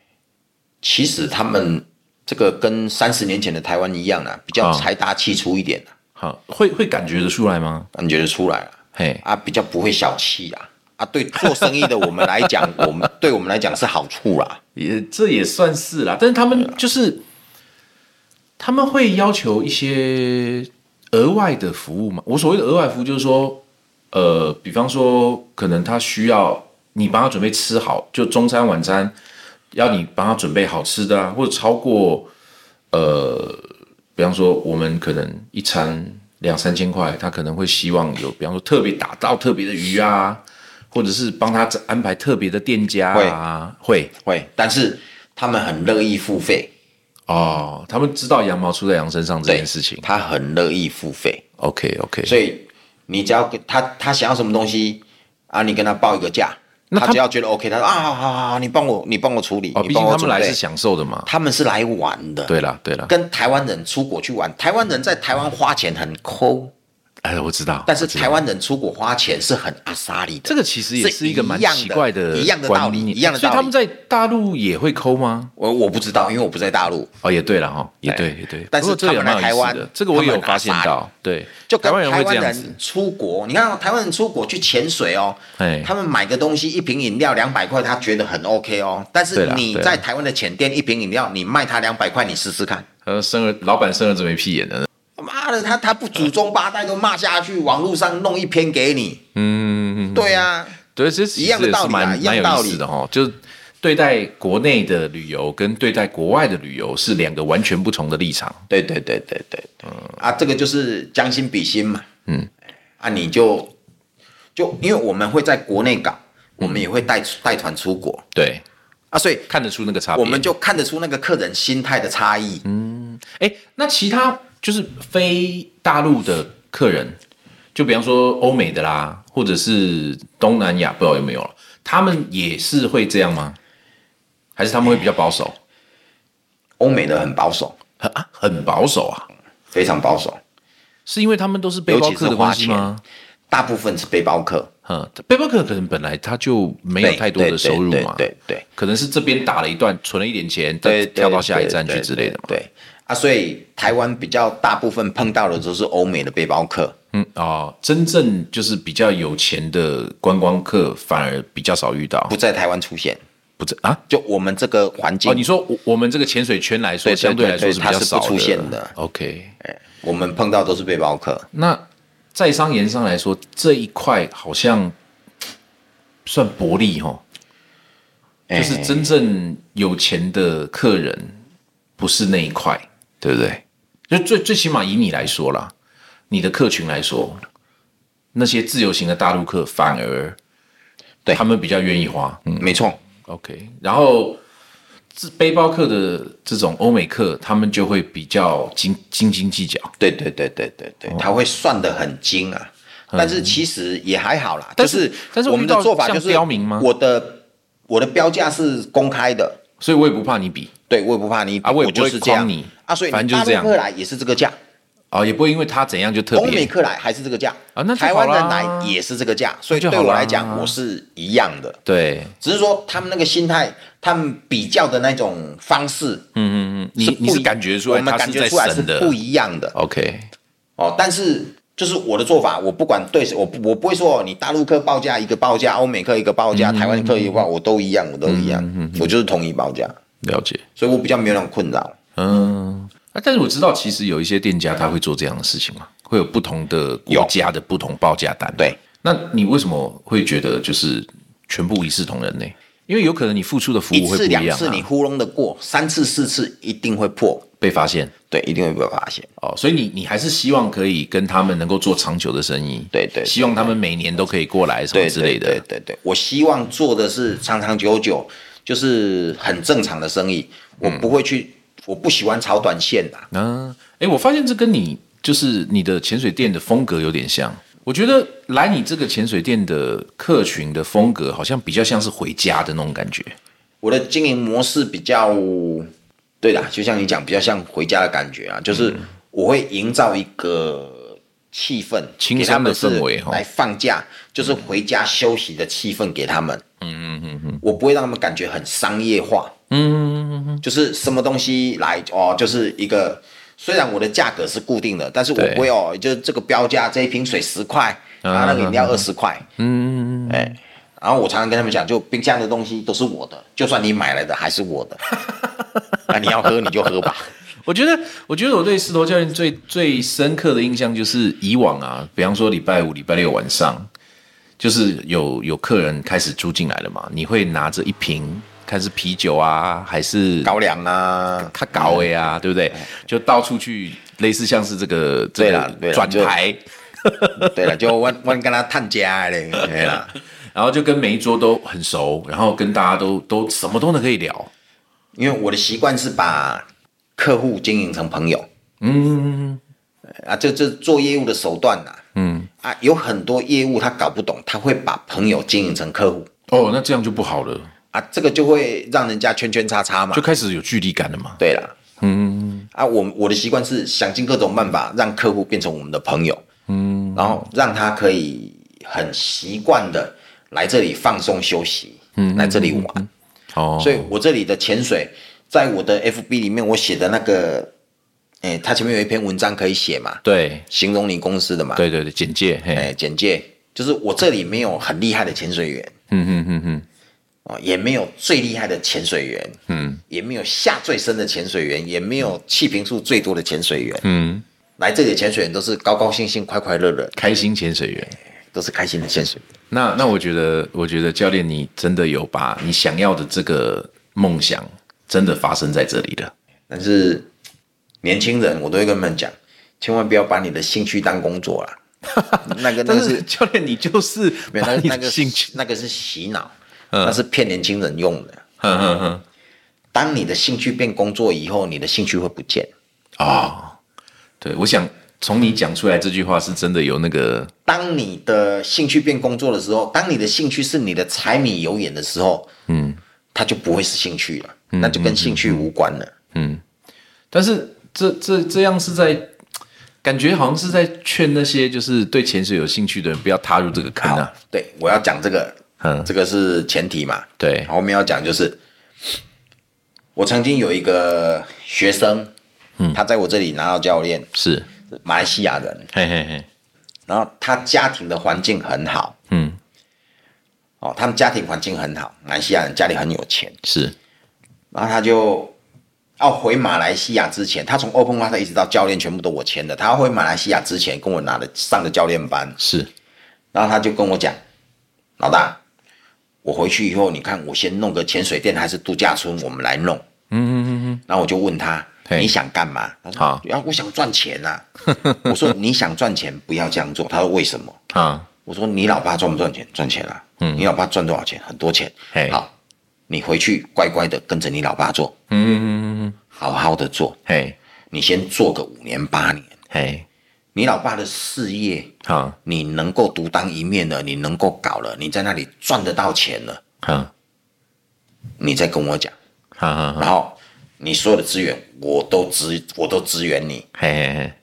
Speaker 2: 其实他们这个跟三十年前的台湾一样啊，比较
Speaker 1: 啊
Speaker 2: 财大气粗一点啊，
Speaker 1: 好，会会感觉得出来吗？
Speaker 2: 感觉得出来啊。
Speaker 1: 嘿，
Speaker 2: 啊，比较不会小气啊。啊，对做生意的我们来讲， 我们对我们来讲是好处啦。
Speaker 1: 也这也算是啦，但是他们就是他们会要求一些额外的服务嘛。我所谓的额外服务就是说，呃，比方说可能他需要你帮他准备吃好，就中餐晚餐要你帮他准备好吃的啊，或者超过呃，比方说我们可能一餐两三千块，他可能会希望有，比方说特别打到特别的鱼啊。或者是帮他安排特别的店家啊，会
Speaker 2: 会，但是他们很乐意付费
Speaker 1: 哦，他们知道羊毛出在羊身上这
Speaker 2: 对
Speaker 1: 件事情。
Speaker 2: 他很乐意付费，
Speaker 1: OK OK，
Speaker 2: 所以你只要跟他他想要什么东西啊，你跟他报一个价，
Speaker 1: 那
Speaker 2: 他
Speaker 1: 他
Speaker 2: 只要觉得 OK，他说啊，好好好，你帮我你帮我处理，
Speaker 1: 哦，
Speaker 2: 你
Speaker 1: 毕
Speaker 2: 帮
Speaker 1: 竟
Speaker 2: 我
Speaker 1: 他
Speaker 2: 准
Speaker 1: 们来
Speaker 2: 备
Speaker 1: 是享受的嘛。
Speaker 2: 他们是来玩的，
Speaker 1: 对啦对啦，
Speaker 2: 跟台湾人出国去玩，台湾人在台湾花钱很抠，
Speaker 1: 哎，我知道，
Speaker 2: 但是
Speaker 1: 我知道
Speaker 2: 台湾人出国花钱是很阿莎利的。
Speaker 1: 这个其实也是一个蛮奇怪
Speaker 2: 是一样的一样的道
Speaker 1: 观
Speaker 2: 理
Speaker 1: 念
Speaker 2: 一样的
Speaker 1: 所以
Speaker 2: 道理
Speaker 1: 他们在大陆也会抠吗？
Speaker 2: 我我不知道，因为我不在大陆，
Speaker 1: 哦，也对了哈，也
Speaker 2: 对
Speaker 1: 对也对。
Speaker 2: 但
Speaker 1: 不
Speaker 2: 是
Speaker 1: 过这个也蛮有意思
Speaker 2: 他们来台
Speaker 1: 的
Speaker 2: 湾
Speaker 1: 这个我也有
Speaker 2: 他们
Speaker 1: 发
Speaker 2: 拿
Speaker 1: 现
Speaker 2: 沙
Speaker 1: 到，对，
Speaker 2: 就跟
Speaker 1: 台湾人
Speaker 2: 台
Speaker 1: 会这
Speaker 2: 湾
Speaker 1: 样子
Speaker 2: 人，出国，你看、哦、台湾人出国去潜水哦
Speaker 1: 哎，
Speaker 2: 他们买个东西一瓶饮料两百块，他觉得很 OK 哦。但
Speaker 1: 对
Speaker 2: 是
Speaker 1: 啦
Speaker 2: 你
Speaker 1: 对啦
Speaker 2: 在台湾的浅店一瓶饮料，你卖他两百块，你试试看。
Speaker 1: 呃，生儿老板生儿子没屁眼的，
Speaker 2: 妈的，他他不祖宗八代都骂下去，网络上弄一篇给你。
Speaker 1: 嗯，
Speaker 2: 对啊，
Speaker 1: 对，这其
Speaker 2: 一样的
Speaker 1: 实也
Speaker 2: 道
Speaker 1: 是
Speaker 2: 理啊
Speaker 1: 蛮
Speaker 2: 一
Speaker 1: 蛮
Speaker 2: 样
Speaker 1: 有
Speaker 2: 道
Speaker 1: 意
Speaker 2: 理
Speaker 1: 思的哈，就是对待国内的旅游跟对待国外的旅游是两个完全不同的立场。
Speaker 2: 对对对对对，啊，这个就是将心比心嘛。
Speaker 1: 嗯，
Speaker 2: 啊，你就就因为我们会在国内搞，我们也会带带团出国
Speaker 1: 对，
Speaker 2: 啊，所以
Speaker 1: 看得出那个嗯差别。
Speaker 2: 我们就看得出那个客人心态的差异。
Speaker 1: 哎，那其他就是非大陆的客人，就比方说欧美的啦，或者是东南亚，不知道有没有了，他们也是会这样吗？还是他们会比较保守？
Speaker 2: 欧美的很保守，
Speaker 1: 很啊，很保守啊，
Speaker 2: 非常保守，
Speaker 1: 是因为他们都是背包客的关系吗？
Speaker 2: 大部分是背包客，
Speaker 1: 嗯，背包客可能本来他就没有
Speaker 2: 对
Speaker 1: 太多的
Speaker 2: 对
Speaker 1: 收入
Speaker 2: 对
Speaker 1: 嘛，
Speaker 2: 对对
Speaker 1: 可能是这边打了一段，存了一点钱，
Speaker 2: 对，
Speaker 1: 再
Speaker 2: 对
Speaker 1: 跳到下一
Speaker 2: 对
Speaker 1: 站去
Speaker 2: 对
Speaker 1: 之类的嘛。
Speaker 2: 对对啊，所以台湾比较大部分碰到的都是欧美的背包客，
Speaker 1: 嗯，哦，真正就是比较有钱的观光客反而比较少遇到，
Speaker 2: 不在台湾出现。
Speaker 1: 不是啊？
Speaker 2: 就我们这个环境，
Speaker 1: 哦，你说我我们这个潜水圈来说，
Speaker 2: 对对
Speaker 1: 相对来说
Speaker 2: 对
Speaker 1: 是
Speaker 2: 对
Speaker 1: 比较
Speaker 2: 它是
Speaker 1: 少
Speaker 2: 不出现的哎
Speaker 1: OK，
Speaker 2: 我们碰到都是背包客，
Speaker 1: 那在商言商来说，这一块好像算薄利哈，就是
Speaker 2: 哎
Speaker 1: 真正有钱的客人不是那一块，对不对？就最最起码以你来说啦，你的客群来说，那些自由行的大陆客反而
Speaker 2: 对
Speaker 1: 他们比较愿意花，嗯。
Speaker 2: 没错，
Speaker 1: OK，然后这背包客的这种欧美客，他们就会比较斤斤斤计较，
Speaker 2: 对对对对对对，
Speaker 1: 哦
Speaker 2: 他会算得很精啊。但是其实也还好啦，
Speaker 1: 嗯但
Speaker 2: 就是
Speaker 1: 但是
Speaker 2: 我们
Speaker 1: 遇
Speaker 2: 的
Speaker 1: 到
Speaker 2: 做法
Speaker 1: 像
Speaker 2: 就是
Speaker 1: 刁民吗
Speaker 2: 我的我的标价是公开的，
Speaker 1: 所以我也不怕你比
Speaker 2: 对我也不怕你
Speaker 1: 啊我也不会
Speaker 2: 就是这样
Speaker 1: 框你
Speaker 2: 啊，所以
Speaker 1: 反正就是
Speaker 2: 大
Speaker 1: 这样
Speaker 2: 陆客来也是这个价，
Speaker 1: 啊、也不会因为他怎样就特
Speaker 2: 欧美
Speaker 1: 别。
Speaker 2: 客来还是这个价
Speaker 1: 啊那就
Speaker 2: 台湾
Speaker 1: 好啦
Speaker 2: 人来也是这个价，所以
Speaker 1: 那就
Speaker 2: 对
Speaker 1: 好
Speaker 2: 我
Speaker 1: 啦
Speaker 2: 来讲我是一样的，
Speaker 1: 对，
Speaker 2: 只是说他们那个心态，他们比较的那种方式，嗯，
Speaker 1: 你你是感觉出来
Speaker 2: 我们
Speaker 1: 他
Speaker 2: 感
Speaker 1: 是在
Speaker 2: 觉出来是
Speaker 1: 省的
Speaker 2: 不一样的
Speaker 1: ，OK，
Speaker 2: 哦。但是就是我的做法，我不管对谁，我不我不会说哦你大陆客报价一个报价，欧美客一个报
Speaker 1: 嗯
Speaker 2: 价，台湾客一个报价，我都一样，我都一样，我就是统一报价，
Speaker 1: 了解，
Speaker 2: 所以我比较没有那种困扰。
Speaker 1: 嗯，啊，但是我知道其实有一些店家他会做这样的事情嘛，会有不同的国
Speaker 2: 有
Speaker 1: 家的不同报价单，
Speaker 2: 对。
Speaker 1: 那你为什么会觉得就是全部一视同仁呢？因为有可能你付出的服
Speaker 2: 一
Speaker 1: 务会不
Speaker 2: 次
Speaker 1: 一样、啊，
Speaker 2: 两次你糊弄的过，三次四次一定会破，
Speaker 1: 被发现
Speaker 2: 对，一定会被发现。
Speaker 1: 哦，所以你你还是希望可以跟他们能够做长久的生意，
Speaker 2: 对对对
Speaker 1: 希望他们每年都可以过来什么
Speaker 2: 对
Speaker 1: 之类
Speaker 2: 对
Speaker 1: 的，
Speaker 2: 对对对，我希望做的是长长久久，就是很正常的生意，我不会去，我不喜欢炒短线啊的。
Speaker 1: 嗯，哎，我发现这跟你就是你的潜水店的风格有点像，我觉得来你这个潜水店的客群的风格好像比较像是回家的那种感觉，
Speaker 2: 我的经营模式比较，对啦，就像你讲，比较像回家的感觉啊，就是我会营造一个气氛，
Speaker 1: 轻
Speaker 2: 给
Speaker 1: 松的
Speaker 2: 他们是
Speaker 1: 氛围哦
Speaker 2: 来放假，就是回家休息的气氛给他们。嗯嗯嗯嗯，我不会让他们感觉很商业化。嗯，就是什么东西来哦，就是一个。虽然我的价格是固定的，但是我
Speaker 1: 对
Speaker 2: 不会哦，就是这个标价，这一瓶水十块，然后那个饮料二十块，哎，然后我常常跟他们讲，就冰箱的东西都是我的，就算你买来的还是我的。那你要喝你就喝吧。
Speaker 1: 我觉得，我觉得我对石头教练最最深刻的印象就是以往啊，比方说礼拜五、礼拜六晚上，就是有有客人开始住进来了嘛，你会拿着一瓶，看是啤酒啊，还是
Speaker 2: 高粱啊，
Speaker 1: 他搞的呀，对不对？就到处去，类似像是这个这
Speaker 2: 哎对啦对
Speaker 1: 个
Speaker 2: 啦
Speaker 1: 转
Speaker 2: 就
Speaker 1: 台，
Speaker 2: 对了，就我我跟他探家嘞，对啦，
Speaker 1: 然后就跟每一桌都很熟，然后跟大家都都什么都能可以聊。
Speaker 2: 因为我的习惯是把客户经营成朋友。嗯嗯，啊，这这做业务的手段呐、嗯，啊，有很多业务他搞不懂，他会把朋友经营成客户
Speaker 1: 哦，那这样就不好了，
Speaker 2: 啊，这个就会让人家圈圈叉叉嘛
Speaker 1: 就。开始有距离感了嘛。
Speaker 2: 对啦，嗯，啊，我我的习惯是想尽各种办法让客户变成我们的朋友，嗯，然后让他可以很习惯的来这里放松休息，嗯，来这里玩。
Speaker 1: 哦，
Speaker 2: 所以我这里的潜水，在我的 FB 里面我写的那个，哎、它前面有一篇文章可以写嘛，
Speaker 1: 对
Speaker 2: 形容你公司的嘛，，
Speaker 1: 对对对，简介，
Speaker 2: 哎、
Speaker 1: 嘿，
Speaker 2: 简介就是我这里没有很厉害的潜水员。
Speaker 1: 嗯嗯嗯嗯，
Speaker 2: 哦，也没有最厉害的潜水员，嗯，也没有下最深的潜水员，也没有气瓶数最多的潜水员，
Speaker 1: 嗯，
Speaker 2: 来这里的潜水员都是高高兴兴、快快乐乐，
Speaker 1: 开心潜水员。
Speaker 2: 都是开心的潜水员。
Speaker 1: 那那我觉得，我觉得教练你真的有把你想要的这个梦想真的发生在这里了。
Speaker 2: 但是年轻人，我都会跟他们讲，千万不要把你的兴趣当工 作啦。那个那
Speaker 1: 但
Speaker 2: 个
Speaker 1: 是
Speaker 2: 是，
Speaker 1: 教练，你就是
Speaker 2: 没有
Speaker 1: 把
Speaker 2: 那
Speaker 1: 你
Speaker 2: 那
Speaker 1: 的
Speaker 2: 个
Speaker 1: 兴趣，嗯
Speaker 2: 那个是洗脑，那是骗年轻人用的。
Speaker 1: 哼哼哼，
Speaker 2: 当你的兴趣变工作以后，你的兴趣会不见。
Speaker 1: 哦，对，我想从你讲出来这句话是真的有那个，
Speaker 2: 当你的兴趣变工作的时候，当你的兴趣是你的柴米油盐的时候，嗯，它就不会是兴趣了，
Speaker 1: 嗯
Speaker 2: 那就跟兴趣无关了。
Speaker 1: 但是这这这样是在。感觉好像是在劝那些就是对潜水有兴趣的人不要踏入这个坑啊
Speaker 2: 好。，对，我要讲这个，
Speaker 1: 嗯
Speaker 2: 这个是前提嘛。
Speaker 1: 对
Speaker 2: 后面要讲就是，我曾经有一个学生，嗯，他在我这里拿到教练，
Speaker 1: 是，
Speaker 2: 马来西亚人，
Speaker 1: 嘿嘿嘿，
Speaker 2: 然后他家庭的环境很好，
Speaker 1: 嗯，
Speaker 2: 哦，他们家庭环境很好，马来西亚人家里很有钱，
Speaker 1: 是，
Speaker 2: 然后他就要回马来西亚之前，他从 Open Water 一直到教练全部都我签的。他要回马来西亚之前跟我拿的上的教练班，
Speaker 1: 是，
Speaker 2: 然后他就跟我讲，老大，我回去以后，你看我先弄个潜水店还是度假村，我们来弄。嗯嗯嗯嗯。然后我就问他，
Speaker 1: 嘿
Speaker 2: 你想干嘛？他说
Speaker 1: 好，
Speaker 2: 啊我想赚钱啊。我说你想赚钱不要这样做。他说为什么？
Speaker 1: 啊，
Speaker 2: 我说你老爸赚不赚钱？赚钱啊。嗯。你老爸赚多少钱？很多钱
Speaker 1: 嘿。
Speaker 2: 好，你回去乖乖的跟着你老爸做。
Speaker 1: 嗯，
Speaker 2: 好好的做，
Speaker 1: 嘿，
Speaker 2: 你先做个五年八年，
Speaker 1: 嘿，
Speaker 2: 你老爸的事业
Speaker 1: 好，
Speaker 2: 你能够独当一面了，你能够搞了，你在那里赚得到钱了，
Speaker 1: 好，
Speaker 2: 你再跟我讲，
Speaker 1: 好好好，
Speaker 2: 然后你所有的资源我都支我都支援你，
Speaker 1: 嘿嘿嘿，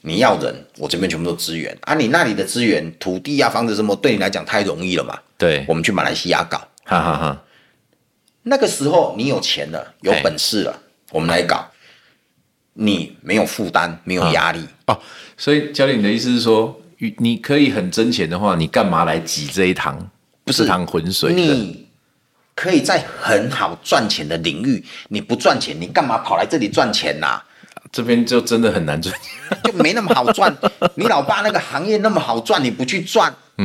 Speaker 2: 你要人我这边全部都支援啊，你那里的资源土地啊房子什么对你来讲太容易了嘛，
Speaker 1: 对
Speaker 2: 我，们去马来西亚搞，
Speaker 1: 哈哈哈，
Speaker 2: 那个时候你有钱了，有
Speaker 1: 嘿
Speaker 2: 本事了，我们来搞，你没有负担，没有压力。
Speaker 1: 哦，所以教练，你的意思是说，与你可以很真钱的话，你干嘛来挤这一堂
Speaker 2: 不是
Speaker 1: 这趟浑水的？
Speaker 2: 你可以在很好赚钱的领域，你不赚钱，你干嘛跑来这里赚钱呐、
Speaker 1: 这边就真的很难赚。
Speaker 2: 就没那么好赚。你老爸那个行业那么好赚，你不去赚，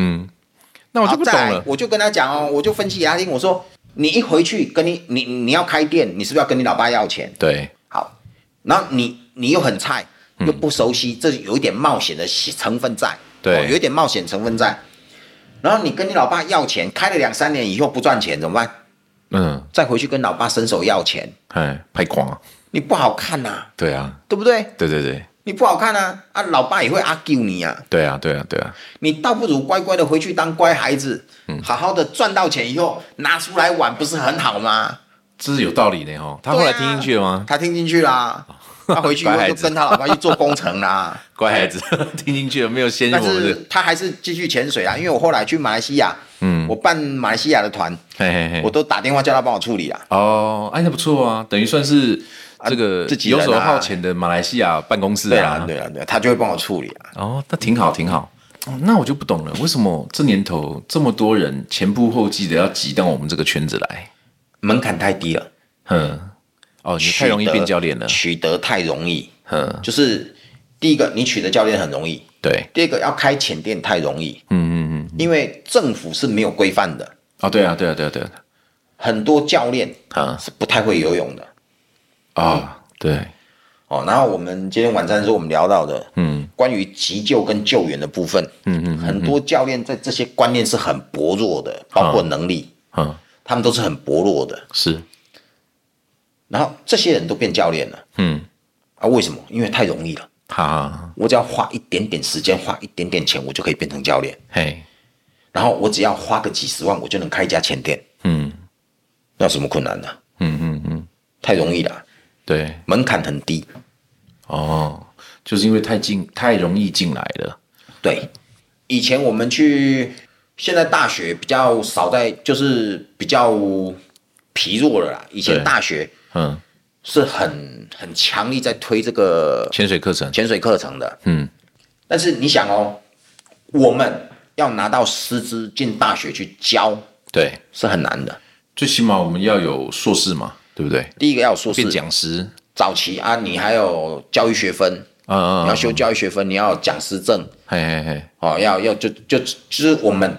Speaker 1: 那哦我就
Speaker 2: 好
Speaker 1: 不
Speaker 2: 再
Speaker 1: 懂
Speaker 2: 来
Speaker 1: 了，。
Speaker 2: 我就跟他讲哦，我就分析给他听，我说你一回去跟你你你要开店，你是不是要跟你老爸要钱？
Speaker 1: 对，
Speaker 2: 好，然后你你又很菜，又不熟悉，这有一点冒险的成分在，
Speaker 1: 对
Speaker 2: 哦有一点冒险成分在。然后你跟你老爸要钱，开了两三年以后不赚钱怎么办？
Speaker 1: 嗯，
Speaker 2: 再回去跟老爸伸手要钱，
Speaker 1: 哎，拍光啊，
Speaker 2: 你不好看呐、
Speaker 1: 对啊，
Speaker 2: 对不对？
Speaker 1: 对对对，
Speaker 2: 你不好看啊，啊，老爸也会阿 Q 你啊，
Speaker 1: 对啊，对啊，对啊，
Speaker 2: 你倒不如乖乖的回去当乖孩子，
Speaker 1: 嗯
Speaker 2: 好好的赚到钱以后拿出来玩，不是很好吗？
Speaker 1: 这是有道理的哦。他后来
Speaker 2: 对啊
Speaker 1: 听进去了吗？
Speaker 2: 他听进 去啦、他回去以后
Speaker 1: 乖孩
Speaker 2: 就
Speaker 1: 子
Speaker 2: 跟他老爸去做工程啦，
Speaker 1: 乖孩子， 听进去了，没有先入
Speaker 2: 哎但
Speaker 1: 我们的
Speaker 2: 是。他还是继续潜水啊，因为我后来去马来西亚，嗯，我办马来西亚的团，
Speaker 1: 嘿嘿嘿，
Speaker 2: 我都打电话叫他帮我处理啊啦。
Speaker 1: 哦，哎，那不错啊，等于算是这个
Speaker 2: 自己
Speaker 1: 游
Speaker 2: 人啊
Speaker 1: 手好闲的马来西亚办公室
Speaker 2: 对啊，对啊，对啊，他就会帮我处理啊。
Speaker 1: 哦，那挺好，挺好。哦那我就不懂了，为什么这年头这么多人前仆后继的要挤到我们这个圈子来？
Speaker 2: 门槛太低了，
Speaker 1: 哼，哦，你太容易变教练了。
Speaker 2: 取得太容易。
Speaker 1: 哼，
Speaker 2: 就是第一个，你取得教练很容易；
Speaker 1: 对，
Speaker 2: 第二个，要开潜店太容易。
Speaker 1: 嗯嗯嗯，
Speaker 2: 因为政府是没有规范的，
Speaker 1: 哦，对啊，对啊，对啊，对啊，
Speaker 2: 很多教练
Speaker 1: 啊
Speaker 2: 是不太会游泳的
Speaker 1: 哦，对，
Speaker 2: 哦。然后我们今天晚餐的时候我们聊到的，
Speaker 1: 嗯，
Speaker 2: 关于急救跟救援的部分，嗯嗯，很多教练在这些观念是很薄弱的，
Speaker 1: 啊
Speaker 2: 包括能力，
Speaker 1: 嗯，
Speaker 2: 他们都是很薄弱的。
Speaker 1: 是，
Speaker 2: 然后这些人都变教练了
Speaker 1: 嗯，
Speaker 2: 啊？为什么？因为太容易了，
Speaker 1: 好，
Speaker 2: 我只要花一点点时间，花一点点钱，我就可以变成教练。
Speaker 1: 嘿，
Speaker 2: 然后我只要花个几十万，我就能开一家前店，
Speaker 1: 嗯
Speaker 2: 那有什么困难呢、
Speaker 1: 嗯嗯嗯，
Speaker 2: 太容易了，
Speaker 1: 对，
Speaker 2: 门槛很低。
Speaker 1: 哦，就是因为太进，太容易进来了。
Speaker 2: 对，以前我们去，现在大学比较少在，就是比较疲弱了啦。以前
Speaker 1: 对
Speaker 2: 大学
Speaker 1: 嗯，
Speaker 2: 是很很强力在推这个
Speaker 1: 潜水课程，
Speaker 2: 潜水课程的，
Speaker 1: 嗯，
Speaker 2: 但是你想哦，我们要拿到师资进大学去教
Speaker 1: 对，
Speaker 2: 是很难的。
Speaker 1: 最起码我们要有硕士嘛，对不对？
Speaker 2: 第一个要有硕士
Speaker 1: 变，讲师，
Speaker 2: 早期啊，你还有教育学分，
Speaker 1: 嗯嗯，
Speaker 2: 你要修
Speaker 1: 嗯，
Speaker 2: 教育学分，你要有讲师证，
Speaker 1: 嘿嘿嘿，
Speaker 2: 哦，要要就就就是我们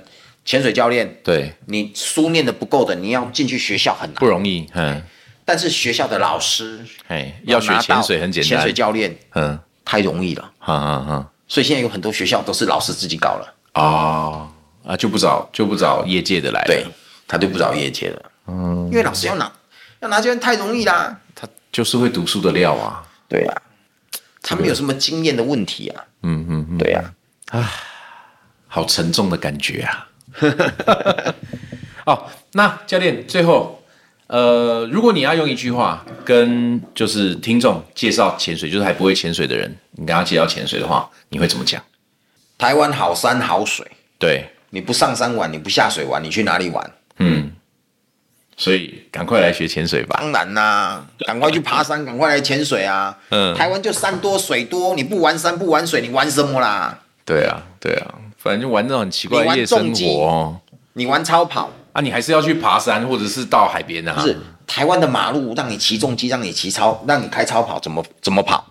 Speaker 2: 潜水教练，
Speaker 1: 对，
Speaker 2: 你书念的不够的，你要进去学校很难
Speaker 1: 不，容易，嗯，
Speaker 2: 但是学校的老师
Speaker 1: 嘿，要学
Speaker 2: 拿到
Speaker 1: 潜水很简
Speaker 2: 潜水
Speaker 1: 单，
Speaker 2: 教练
Speaker 1: 嗯，
Speaker 2: 太容易了，
Speaker 1: 哈哈哈，
Speaker 2: 所以现在有很多学校都是老师自己搞了，
Speaker 1: 哦，啊，就不找就不找业界的来了，
Speaker 2: 对，他就不找业界了，嗯，因为老师要拿要拿教练太容易啦，
Speaker 1: 他就是会读书的料啊，
Speaker 2: 对啊，他们有什么经验的问题啊？
Speaker 1: 嗯嗯嗯，
Speaker 2: 对啊，
Speaker 1: 好沉重的感觉 啊。哦，那教练最后，呃，如果你要用一句话跟就是听众介绍潜水，就是还不会潜水的人，你跟他介绍潜水的话，你会怎么讲？
Speaker 2: 台湾好山好水，
Speaker 1: 对，
Speaker 2: 你不上山玩，你不下水玩，你去哪里玩？
Speaker 1: 嗯，所以赶快来学潜水吧。
Speaker 2: 当然啦、赶快去爬山，赶快来潜水啊！
Speaker 1: 嗯
Speaker 2: 台湾就山多水多，你不玩山不玩水，你玩什么啦？
Speaker 1: 对啊，对啊，反正就玩那种很奇怪
Speaker 2: 你
Speaker 1: 的
Speaker 2: 玩
Speaker 1: 夜生
Speaker 2: 重机
Speaker 1: 活哦。
Speaker 2: 你玩超跑
Speaker 1: 啊，你还是要去爬山，或者是到海边啊？
Speaker 2: 不是、台湾的马路，让你骑重机，让你骑超，让你开超跑，怎么怎么跑？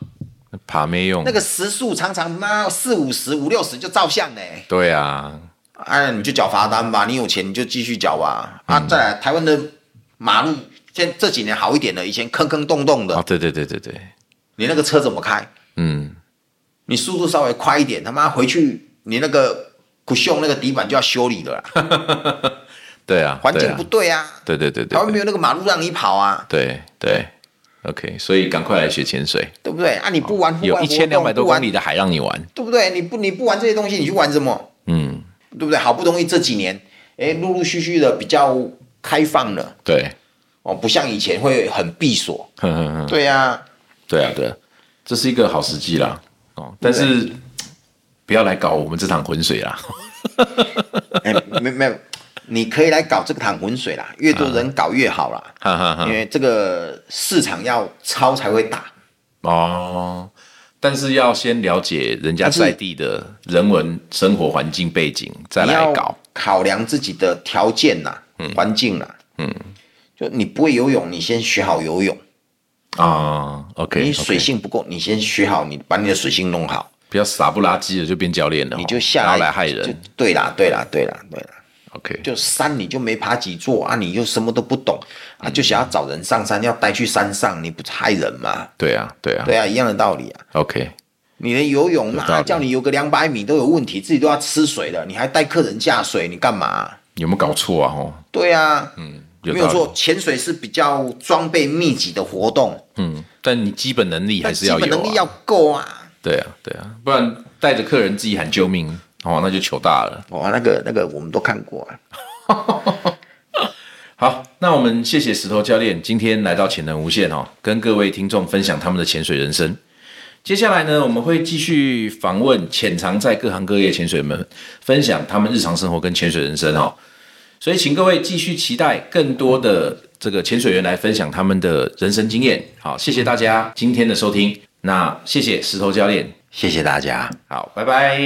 Speaker 1: 爬没用。
Speaker 2: 那个时速常常妈四五十、五六十就照相呢、欸。
Speaker 1: 对啊，
Speaker 2: 啊，你就缴罚单吧，你有钱你就继续缴吧。啊，
Speaker 1: 嗯
Speaker 2: 再来台湾的马路，现这几年好一点了，以前坑坑洞洞的，
Speaker 1: 啊，对对对对对，
Speaker 2: 你那个车怎么开？
Speaker 1: 嗯，
Speaker 2: 你速度稍微快一点，他妈回去你那个不锈那个底板就要修理 的啦。
Speaker 1: 啊对啊，
Speaker 2: 环
Speaker 1: 对
Speaker 2: 境
Speaker 1: 啊
Speaker 2: 不对啊，
Speaker 1: 对对对对，
Speaker 2: 台湾没有那个马路让你跑啊，
Speaker 1: 对对，OK，所以赶快来学潜水，
Speaker 2: 对不对？啊，你不玩户
Speaker 1: 哦有
Speaker 2: 外
Speaker 1: 一千两百多
Speaker 2: 活动
Speaker 1: 公里，的海让你玩。
Speaker 2: 不玩对不对？你不你不玩这些东西，你去玩什么？
Speaker 1: 嗯，
Speaker 2: 对不对？好不容易这几年，哎，陆陆续续的比较开放了
Speaker 1: 对，
Speaker 2: 哦，不像以前会很闭锁。
Speaker 1: 哼哼哼，
Speaker 2: 对呀、
Speaker 1: 对啊，对啊，这是一个好时机啦。哦，但是不要来搞我们这趟浑水啦。
Speaker 2: 啊，哎，没没有，你可以来搞这个淌浑水啦，越多人搞越好啦，
Speaker 1: 哈哈
Speaker 2: 因
Speaker 1: 哈。
Speaker 2: 为这个市场要超才会大。
Speaker 1: 哦，但是要先了解人家
Speaker 2: 但是
Speaker 1: 在地的人文生活环境背景，再
Speaker 2: 你
Speaker 1: 来
Speaker 2: 要
Speaker 1: 搞。
Speaker 2: 考量自己的条件呐、环境呐、嗯，就你不会游泳，你先学好游泳。
Speaker 1: 啊，OK，
Speaker 2: 你
Speaker 1: OK
Speaker 2: 水性不够，你先学好，你把你的水性弄好，
Speaker 1: 不要傻不拉几的就变教练了哦，
Speaker 2: 你就下
Speaker 1: 然后
Speaker 2: 来
Speaker 1: 来害
Speaker 2: 就
Speaker 1: 人。。
Speaker 2: 对啦，对啦，对啦，对啦，
Speaker 1: OK，
Speaker 2: 就山你就没爬几座啊，你又什么都不懂啊，就想要找人上山，要带去山上，你不是害人吗？
Speaker 1: 对啊，对啊，
Speaker 2: 对啊，一样的道理啊。
Speaker 1: OK，
Speaker 2: 你连游泳
Speaker 1: 有道
Speaker 2: 嘛，
Speaker 1: 理
Speaker 2: 叫你游个两百米都有问题，自己都要吃水了，你还带客人下水，你干嘛、
Speaker 1: 有没有搞错啊？哦，
Speaker 2: 对啊，嗯，
Speaker 1: 有
Speaker 2: 没有
Speaker 1: 道理
Speaker 2: 错，潜水是比较装备密集的活动，
Speaker 1: 嗯，但你基本能力还
Speaker 2: 但
Speaker 1: 是
Speaker 2: 基
Speaker 1: 要有、啊，
Speaker 2: 本能力要够啊。
Speaker 1: 对啊，对啊，不然带着客人自己喊救命，哦，那就糗大了。
Speaker 2: 哦，那个那个我们都看过啊，
Speaker 1: 好，那我们谢谢石头教练今天来到潜能无限哦，跟各位听众分享他们的潜水人生。接下来呢，我们会继续访问潜藏在各行各业潜水们，分享他们日常生活跟潜水人生哦。所以，请各位继续期待更多的这个潜水员来分享他们的人生经验。好，谢谢大家今天的收听，那谢谢石头教练，
Speaker 2: 谢谢大家。
Speaker 1: 好，拜拜。